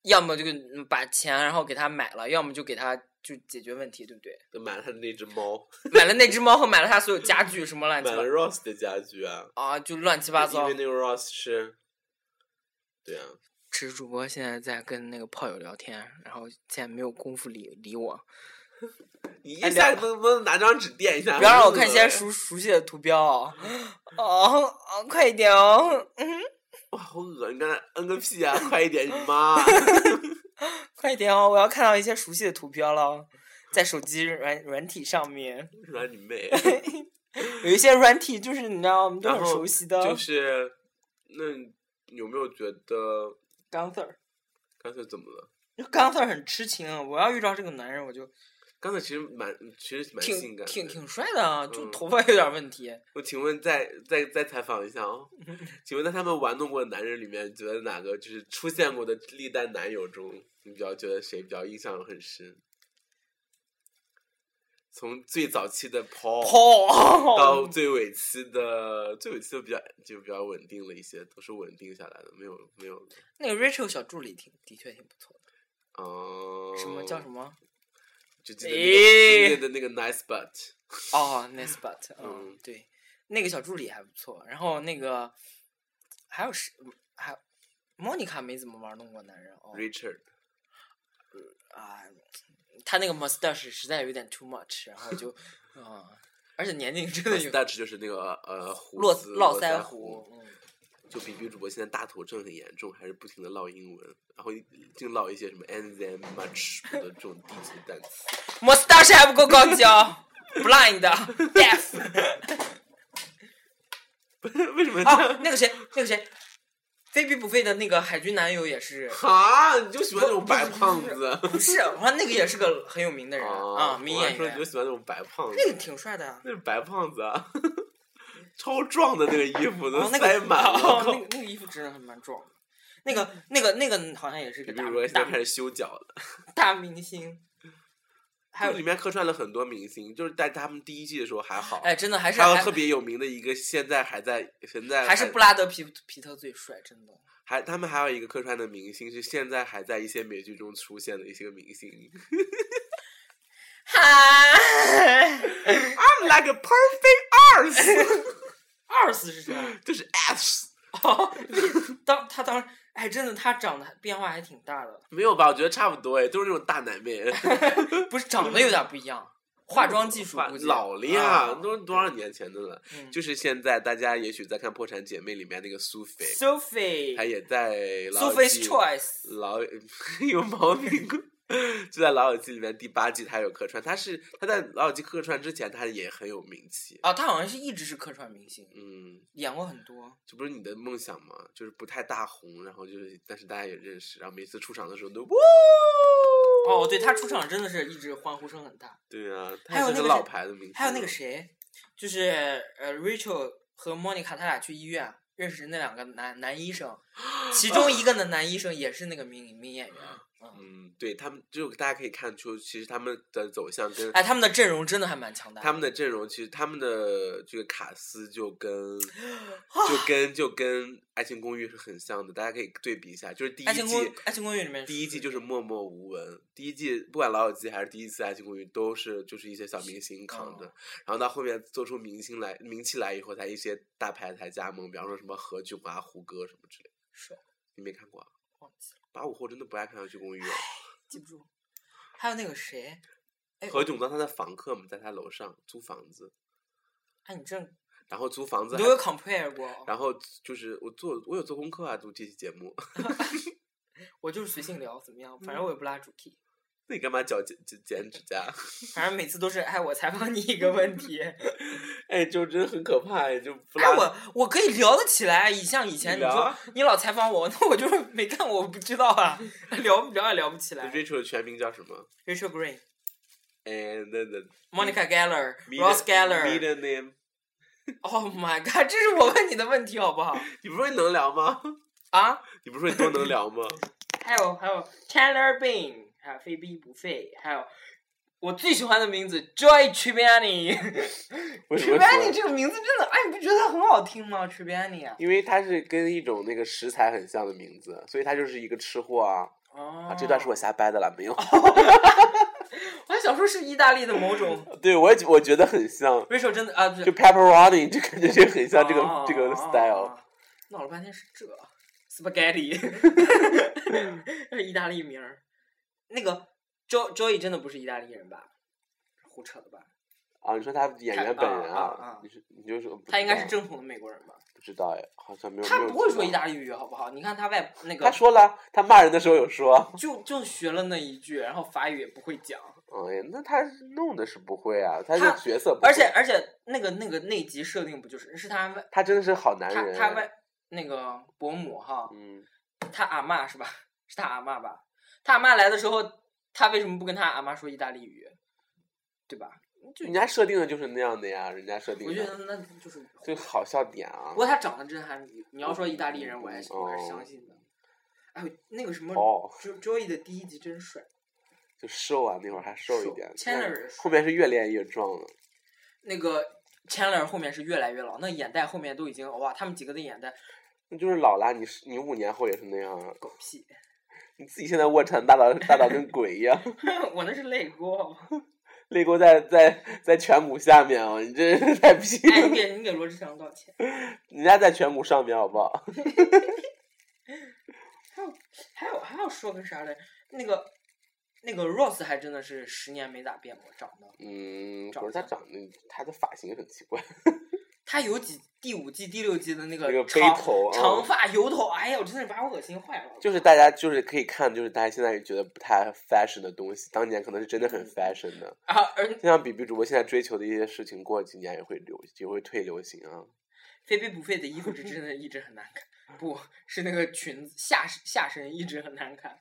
Speaker 4: 要么就给嗯把钱然后给他买了，要么就给他就解决问题，对不对？
Speaker 3: 买了他的那只猫，
Speaker 4: 买了那只猫和买了他所有家具什么乱七
Speaker 3: 买
Speaker 4: 八
Speaker 3: 了 Ross 的家具啊，
Speaker 4: 啊，就乱七八糟
Speaker 3: 因为。那个 Ross 是，对啊，
Speaker 4: 池主播现在在跟那个炮友聊天，然后现在没有功夫理理我，
Speaker 3: 啊你一
Speaker 4: 哎
Speaker 3: 下
Speaker 4: 聊
Speaker 3: 能不能拿张纸垫一下？
Speaker 4: 不要让我看一些熟熟悉的图标哦，哦哦，快一点哦，嗯，
Speaker 3: 哇，好恶！你刚才摁个屁啊！快一点，你妈！
Speaker 4: 快一点哦，我要看到一些熟悉的图标了，哦在手机软软体上面
Speaker 3: 软你 妹！
Speaker 4: 有一些软体就是你知道我们都
Speaker 3: 然
Speaker 4: 很
Speaker 3: 后
Speaker 4: 熟悉的，
Speaker 3: 就是，那你有没有觉得
Speaker 4: Gunther。
Speaker 3: 刚才怎么了？
Speaker 4: Gunther 很痴情啊，我要遇到这个男人，我就
Speaker 3: 刚才其实蛮，其实蛮性
Speaker 4: 挺
Speaker 3: 感的。
Speaker 4: 挺挺帅的啊，就
Speaker 3: 嗯
Speaker 4: 头发有点问题。
Speaker 3: 我请问再再再采访一下哦，请问在他们玩弄过的男人里面，你觉得哪个就是出现过的历代男友中，你比较觉得谁比较印象很深？从最早期的 Paul 到
Speaker 4: 哦，
Speaker 3: 最尾期的，最尾期的比较就比较稳定了一些，都是稳定下来的，没有没有，
Speaker 4: 那个 Rachel 小助理挺的确挺不错的，
Speaker 3: 嗯、
Speaker 4: 什么叫什
Speaker 3: 么？
Speaker 4: 么？
Speaker 3: 就记得那个
Speaker 4: 哎
Speaker 3: 今夜的那个 Nice Butt，
Speaker 4: 哦，Nice But，嗯
Speaker 3: 嗯，
Speaker 4: 对，那个小助理还不错。然后那个还有是还莫妮卡没怎么玩弄过男人哦
Speaker 3: Richard，
Speaker 4: 啊，他那个 mustache 实在有点 too much，然后就嗯，而且年龄真的有
Speaker 3: Mustache 就是那个呃胡
Speaker 4: 络
Speaker 3: 子
Speaker 4: 络
Speaker 3: 腮
Speaker 4: 腮胡，嗯
Speaker 3: 就比比主播现在大头症很严重，还是不停的唠英文，然后净唠一些什么 and then much 的这种低级单词。
Speaker 4: ，mustache 还不够高级哦，blind deaf
Speaker 3: 为什么？
Speaker 4: 啊，那个谁，那个谁，非必不费的那个海军男友也是。
Speaker 3: 哈，你就喜欢那种白胖子哦
Speaker 4: 不是，我说那个也是个很有名的人啊，名
Speaker 3: 我还
Speaker 4: 演
Speaker 3: 说你
Speaker 4: 员
Speaker 3: 就，喜欢那种白胖子，
Speaker 4: 那个挺帅的啊。
Speaker 3: 那是白胖子啊， 超壮的那个衣服都
Speaker 4: 哦，那
Speaker 3: 塞
Speaker 4: 个
Speaker 3: 满了。
Speaker 4: 哦
Speaker 3: 我，靠
Speaker 4: 那个那个衣服真的还蛮壮的。那个那个那个好像也是
Speaker 3: 比
Speaker 4: 个
Speaker 3: 比
Speaker 4: 大
Speaker 3: 主播现在
Speaker 4: 大
Speaker 3: 开始修脚了，
Speaker 4: 大明星，还
Speaker 3: 就
Speaker 4: 有
Speaker 3: 里面客串了很多明星，就是在他们第一季的时候还好，
Speaker 4: 哎，真的还是
Speaker 3: 还有
Speaker 4: 还
Speaker 3: 特别有名的一个，现在还在现在
Speaker 4: 还是布拉德皮皮特最帅，真 的。
Speaker 3: 还他们还有一个客串的明星，是现在还在一些美剧中出现的一些明星。
Speaker 4: 哈，
Speaker 3: I'm like a perfect
Speaker 4: 二四是谁？
Speaker 3: arse，就是 s
Speaker 4: 哦，当他当时，哎，真的他长得变化还挺大的，
Speaker 3: 没有吧？我觉得差不多哎，都是那种大奶妹，
Speaker 4: 不是长得有点不一样，化妆技术估计
Speaker 3: 老了呀，
Speaker 4: 啊
Speaker 3: 都是多少年前的了。
Speaker 4: 嗯
Speaker 3: 就是现在，大家也许在看《破产姐妹》里面那个苏菲，她
Speaker 4: Sophie，Sophie's
Speaker 3: 也在老友记
Speaker 4: Choice，
Speaker 3: 老 有毛病。就在《老友记》里面第八季，她有客串。她是她在《老友记》客串之前，她也很有名气。
Speaker 4: 啊，他好像是一直是客串明星，
Speaker 3: 嗯，
Speaker 4: 演过很多。
Speaker 3: 这不是你的梦想吗？就是不太大红，然后就是，但是大家也认识，然后每次出场的时候 都哇，
Speaker 4: 哦，对他出场真的是一直欢呼声很大。
Speaker 3: 对啊，
Speaker 4: 还
Speaker 3: 他
Speaker 4: 有
Speaker 3: 是
Speaker 4: 那
Speaker 3: 很
Speaker 4: 个
Speaker 3: 老
Speaker 4: 谁
Speaker 3: 牌的明星。
Speaker 4: 还有那个，谁，就是呃，Rachel 和 Monica 他俩去医院 认识那两个男男医生，其中一个的男医生也是那个名名演员，
Speaker 3: 嗯，对他们就大家可以看出，其实他们的走向跟
Speaker 4: 哎，他们的阵容真的还蛮强大的。
Speaker 3: 他们的阵容，其实他们的这个卡斯就 跟就跟就跟《爱情公寓》是很像的，大家可以对比一下。就是第一
Speaker 4: 爱情公
Speaker 3: 季，
Speaker 4: 爱情公寓里面
Speaker 3: 第一季就是是默默无闻，第一季不管《老友记》还是第一次《爱情公寓》，都是就是一些小明星扛
Speaker 4: 哦
Speaker 3: 着，然后到后面做出明星来名气来以后，才一些大牌才加盟，比方说什么何炅啊、胡歌什么之类的。
Speaker 4: 是
Speaker 3: 你没看过、啊？
Speaker 4: 忘记了
Speaker 3: 八五后真的不爱看《爱情公寓》哦。
Speaker 4: 记不住。还有那个谁，哎
Speaker 3: 何炅当他的房客嘛，在他楼上租房子，
Speaker 4: 哎，你这
Speaker 3: 然后租房子
Speaker 4: 你
Speaker 3: 还
Speaker 4: 都有 compare 过哦？
Speaker 3: 然后就是我做我有做功课啊，录这期节目。
Speaker 4: 我就是随性聊，怎么样？反
Speaker 3: 嗯
Speaker 4: 正我也不拉主题，
Speaker 3: 那你干嘛脚剪剪剪指甲？
Speaker 4: 反正每次都是哎，我采访你一个问题，
Speaker 3: 哎，就真的很可怕哎，就不
Speaker 4: 哎，我我可以聊得起来。啊以像以前你
Speaker 3: 聊
Speaker 4: 说
Speaker 3: 啊
Speaker 4: 你老采访我，那我就是没看过，我不知道啊， 聊聊也聊不起来。
Speaker 3: Rachel 的全名叫什么
Speaker 4: Rachel Green、
Speaker 3: ？And then the
Speaker 4: Monica Geller、
Speaker 3: middle-
Speaker 4: Ross Geller。
Speaker 3: middle name，
Speaker 4: Oh my god，这是我问你的问题好不好？
Speaker 3: 你不是说你能聊吗？
Speaker 4: 啊？
Speaker 3: 你不是说你都能聊 吗？
Speaker 4: 还有还有 Chandler Bing，还有非必不废，还有我最喜欢的名字 Joy Tribbiani。
Speaker 3: 为什么啊
Speaker 4: Tribbiani
Speaker 3: 说？
Speaker 4: 这个名字真的，哎，你不觉得它很好听吗？Tribbiani 啊，
Speaker 3: 因为它是跟一种那个食材很像的名字，所以它就是一个吃货啊。
Speaker 4: 哦
Speaker 3: 啊，这段是我瞎掰的啦，没有。
Speaker 4: 我还想说是意大利的某种
Speaker 3: 对，我也觉我觉得很像，
Speaker 4: Rachel 真的啊，对
Speaker 3: 就 pepperoni，就感觉就很像这个、
Speaker 4: 哦
Speaker 3: 这个
Speaker 4: 哦
Speaker 3: style。
Speaker 4: 闹了半天是这 spaghetti，意大利名儿。那个 Jo Joey 真的不是意大利人吧？胡扯的吧？
Speaker 3: 啊，你说他演员本人
Speaker 4: 啊啊啊
Speaker 3: 你是你就是
Speaker 4: 他应该是
Speaker 3: 这
Speaker 4: 正统的美国人吧？
Speaker 3: 不知道哎，好像没有。
Speaker 4: 他
Speaker 3: 没有
Speaker 4: 不会
Speaker 3: 知
Speaker 4: 说
Speaker 3: 道
Speaker 4: 意大利语，好不好？你看他外那个，
Speaker 3: 他说了，他骂人的时候有说。
Speaker 4: 就就学了那一句，然后法语也不会 讲，
Speaker 3: 哎呀，那他弄的是不会啊，他
Speaker 4: 他
Speaker 3: 是角色不会，
Speaker 4: 而且而且那个那个那集设定不就是是他外
Speaker 3: 他真的是好男
Speaker 4: 他
Speaker 3: 人。
Speaker 4: 他外那个伯母哈，
Speaker 3: 嗯，
Speaker 4: 他阿嬷是吧？ 是他阿嬷吧？他阿嬷来的时候，他为什么不跟他阿嬷说意大利语？对吧？就
Speaker 3: 人家设定的就是那样的呀，人家设定
Speaker 4: 我觉得
Speaker 3: 的
Speaker 4: 那就是，
Speaker 3: 就好笑点啊
Speaker 4: 不。过他长得真还是你你要说意大利人，我还是
Speaker 3: 嗯
Speaker 4: 我还是
Speaker 3: 哦
Speaker 4: 相信的。哎呦，那个什么
Speaker 3: 哦，
Speaker 4: Jo Joey 的第一集真帅，
Speaker 3: 就瘦啊，那会儿还瘦一
Speaker 4: 瘦
Speaker 3: 点，
Speaker 4: Chandler
Speaker 3: 但
Speaker 4: 也瘦
Speaker 3: 后面是越练越壮了。
Speaker 4: 那个 Chandler 后面是越来越老，那眼袋后面都已经哇，他们几个的眼袋
Speaker 3: 那就是老啦，你是你五年后也是那样啊，
Speaker 4: 狗屁。
Speaker 3: 你自己现在卧蚕大到大到跟鬼一样，
Speaker 4: 我那是泪沟。
Speaker 3: 泪沟在在在颧骨下面啊，你这是太屁
Speaker 4: 哎，你
Speaker 3: 了，
Speaker 4: 给你给罗志祥道歉。
Speaker 3: 人家在颧骨上面好不好？
Speaker 4: 还有还有还要说个啥来？那个那个 Rose 还真的是十年没咋变过，长得。
Speaker 3: 嗯，
Speaker 4: 长
Speaker 3: 可是他
Speaker 4: 相
Speaker 3: 长得他的发型很奇怪，
Speaker 4: 他有几第五季第六季的那个
Speaker 3: 那个背
Speaker 4: 呃长
Speaker 3: 头啊
Speaker 4: 长发油头，哎呀，我真的是把我恶心坏了。
Speaker 3: 就是大家就是可以看，就是大家现在觉得不太 fashion 的东西，当年可能是真的很 fashion 的。
Speaker 4: 啊，而
Speaker 3: 就像比比主播现在追求的一些事情，过几年也会流，也会退流行啊。
Speaker 4: 菲菲不菲的衣服是真的一直很难看，不是那个裙子下身下身一直很难看。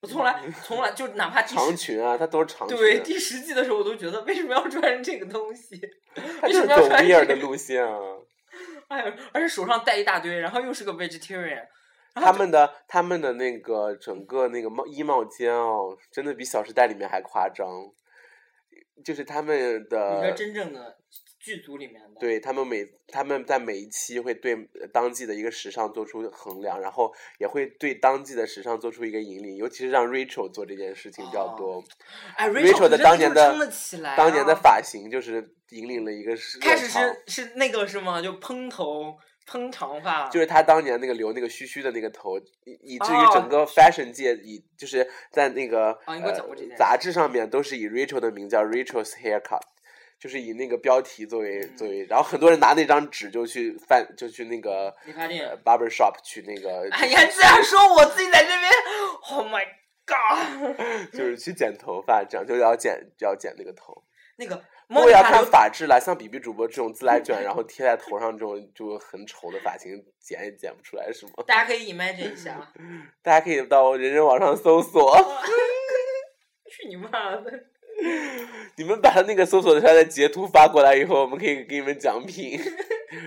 Speaker 4: 我从来从来就哪怕第
Speaker 3: 嗯长
Speaker 4: 十
Speaker 3: 裙啊，它都是长裙，
Speaker 4: 对第十季的时候，我都觉得为什么要穿成这个东西？
Speaker 3: 它
Speaker 4: 为
Speaker 3: 就
Speaker 4: 什
Speaker 3: 是
Speaker 4: 么要
Speaker 3: 走
Speaker 4: 穿
Speaker 3: 威尔
Speaker 4: 这
Speaker 3: 的
Speaker 4: 个
Speaker 3: 路线啊。
Speaker 4: 哎呀，而且手上戴一大堆，然后又是个 vegetarian，然后
Speaker 3: 他们的他们的那个整个那个帽衣帽间哦，真的比《小时代》里面还夸张，就是他们
Speaker 4: 一个
Speaker 3: 的。
Speaker 4: 真正的剧组里面的，，
Speaker 3: 呃对他们每他们在每一期会对当季的一个时尚做出衡量，然后也会对当季的时尚做出一个引领，尤其是让 Rachel 做这件事情比较多。
Speaker 4: 哎
Speaker 3: Rachel 的
Speaker 4: 真
Speaker 3: 当
Speaker 4: 是
Speaker 3: 年的
Speaker 4: 撑得起来、啊，
Speaker 3: 当年的发型就是引领了一个时
Speaker 4: 开
Speaker 3: 热
Speaker 4: 始
Speaker 3: 潮
Speaker 4: 是是那个是吗？就蓬头蓬长发，
Speaker 3: 就是他当年那个留那个须须的那个头，以以至
Speaker 4: 哦
Speaker 3: 于整个 fashion 界以就是在那个、
Speaker 4: 哦你给我讲过这件
Speaker 3: 呃
Speaker 4: 事
Speaker 3: 杂志上面都是以 Rachel 的名叫 Rachel's haircut，就是以那个标题作为、
Speaker 4: 嗯
Speaker 3: 作为，然后很多人拿那张纸就去饭就去那个
Speaker 4: 理发店
Speaker 3: 呃 barber shop 去那个，
Speaker 4: 哎呀，居然说我自己在这边，Oh my God！
Speaker 3: 就是去剪头发，这样就要剪就要剪那个头。
Speaker 4: 那个
Speaker 3: 如果要
Speaker 4: Monica
Speaker 3: 看
Speaker 4: 留
Speaker 3: 发质啦，像比比主播这种自来卷，然后贴在头上这种就很丑的发型，剪也剪不出来什么。
Speaker 4: 大家可以 imagine 一下啊！
Speaker 3: 大家可以到人人网上搜索。
Speaker 4: 去你妈的！
Speaker 3: 你们把那个搜索的它的截图发过来以后，我们可以给你们奖 品，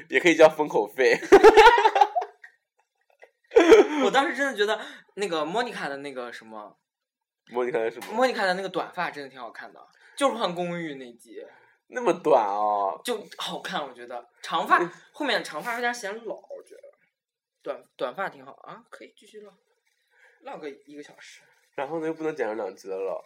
Speaker 3: 也可以叫封口费。
Speaker 4: 我当时真的觉得那个 Monica 的那个什么
Speaker 3: 莫妮卡的什么？
Speaker 4: 莫妮卡的那个短发真的挺好看的，就是换公寓那集
Speaker 3: 那么短哦，
Speaker 4: 就好看，我觉得长
Speaker 3: 嗯
Speaker 4: 发后面长发有点显老，我觉得短短发挺好啊，可以继续唠，唠个一个小时，
Speaker 3: 然后呢又不能剪成两集的了，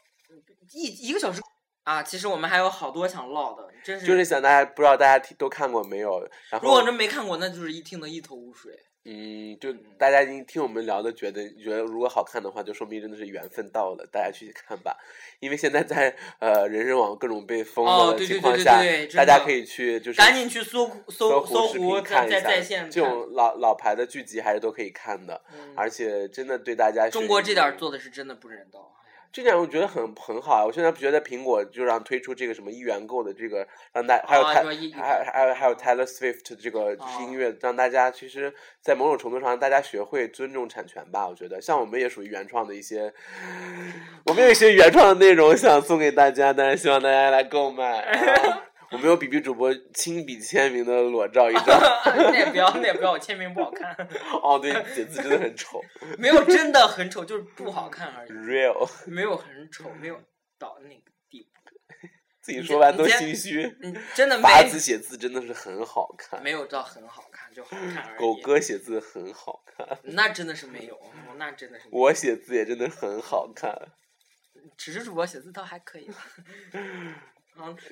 Speaker 4: 一一个小时啊，其实我们还有好多想唠的，真是
Speaker 3: 就是想大家不知道大家听都看过没有？然
Speaker 4: 嗯如果
Speaker 3: 后
Speaker 4: 真没看过，那就是一听得一头雾水。
Speaker 3: 嗯，就大家已经听我们聊的，觉得觉得如果好看的话，就说明真的是缘分到了，大家去看吧。因为现在在呃人人网各种被封
Speaker 4: 哦
Speaker 3: 了的
Speaker 4: 对
Speaker 3: 情
Speaker 4: 对
Speaker 3: 况
Speaker 4: 对对
Speaker 3: 下
Speaker 4: 对，真
Speaker 3: 大家
Speaker 4: 的
Speaker 3: 可以去就是
Speaker 4: 赶紧去搜搜
Speaker 3: 搜
Speaker 4: 搜
Speaker 3: 视
Speaker 4: 狐
Speaker 3: 频看
Speaker 4: 在在
Speaker 3: 一下
Speaker 4: 在线
Speaker 3: 这
Speaker 4: 看
Speaker 3: 种老老牌的剧集还是都可以看的，
Speaker 4: 嗯
Speaker 3: 而且真的对大家是
Speaker 4: 中国这点儿做的是真的不人 道。
Speaker 3: 这点我觉得很很好啊！我现在觉得苹果就让推出这个什么一元购的这个，让大还有
Speaker 4: 啊
Speaker 3: 泰、
Speaker 4: 你说一哦
Speaker 3: 还还有还有 Taylor Swift 这个就是音乐，让大家其实，在某种程度上让大家学会尊重产权吧。我觉得，像我们也属于原创的一些，我们有一些原创的内容想送给大家，但是希望大家来购买。 啊我们有比比主播亲笔签名的裸照一 张，
Speaker 4: 那也不要，那也不要，我签名不好看，
Speaker 3: 哦，对，写字真的很丑
Speaker 4: 没有真的很丑，就是不好看而已，
Speaker 3: ，real，
Speaker 4: 没有很丑，没
Speaker 3: 嗯
Speaker 4: 有到那个地步。
Speaker 3: 自己说完
Speaker 4: 你
Speaker 3: 都
Speaker 4: 先
Speaker 3: 心虚。
Speaker 4: 嗯，真 的
Speaker 3: 法子
Speaker 4: 没
Speaker 3: 写字真的是很好看。
Speaker 4: 没有到很好看，就好看而已。
Speaker 3: 狗哥写字很好看，
Speaker 4: 那真的是没有，我那真的是没有。
Speaker 3: 我写字也真的很好看。
Speaker 4: 只是主播写字倒还可以吧。 嗯，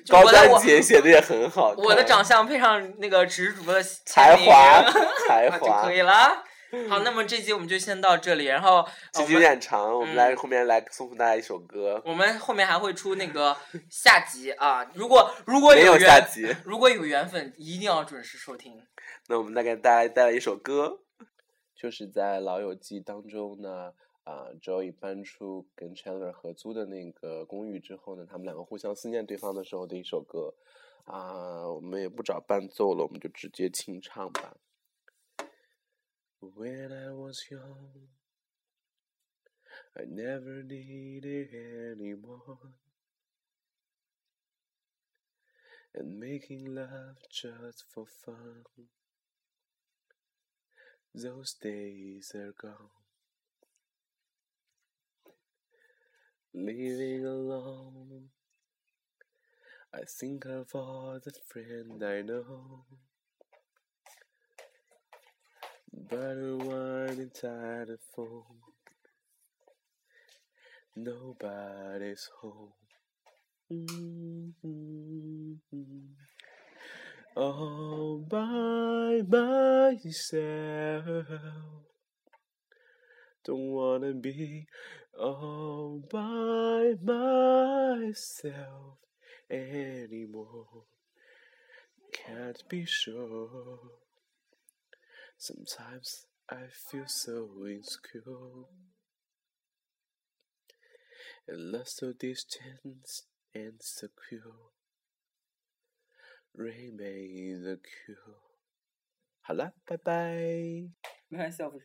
Speaker 4: 就
Speaker 3: 高
Speaker 4: 我的
Speaker 3: 丹
Speaker 4: 我
Speaker 3: 姐写的也很好看。
Speaker 4: 我的长相配上那个只是主播的签
Speaker 3: 才
Speaker 4: 名，
Speaker 3: 华才
Speaker 4: 啊就
Speaker 3: 华
Speaker 4: 可， 以了。好，那么这期我们就先到这里，然后、呃、
Speaker 3: 这
Speaker 4: 我
Speaker 3: 集有
Speaker 4: 们
Speaker 3: 点长，我们来后面来送大家一首歌。
Speaker 4: 我们后面还会出那个下集啊。如果如果
Speaker 3: 没有下
Speaker 4: 缘，
Speaker 3: 集，
Speaker 4: 如果有缘分，一定要准时收听。
Speaker 3: 那我们再给大家带来一首歌，就是在《老友记》当中呢，啊、j o e y 搬出跟 Chandler 合租的那个公寓之后呢，他们两个互相思念对方的时候的一首歌，啊、我们也不找伴奏了，我们就直接清唱吧。When I was young, I never needed anyone. and making love just for fun. Those days are gone. Living alone, I think of all the friends I know. But one inside the phone, nobody's home. Mm-hmm. All by myself. Don't wanna be all by myself anymore. Can't be sure. Sometimes I feel so insecure and lost so distant and secure. Remain the cure. 好了，拜拜。
Speaker 4: 没关系，我不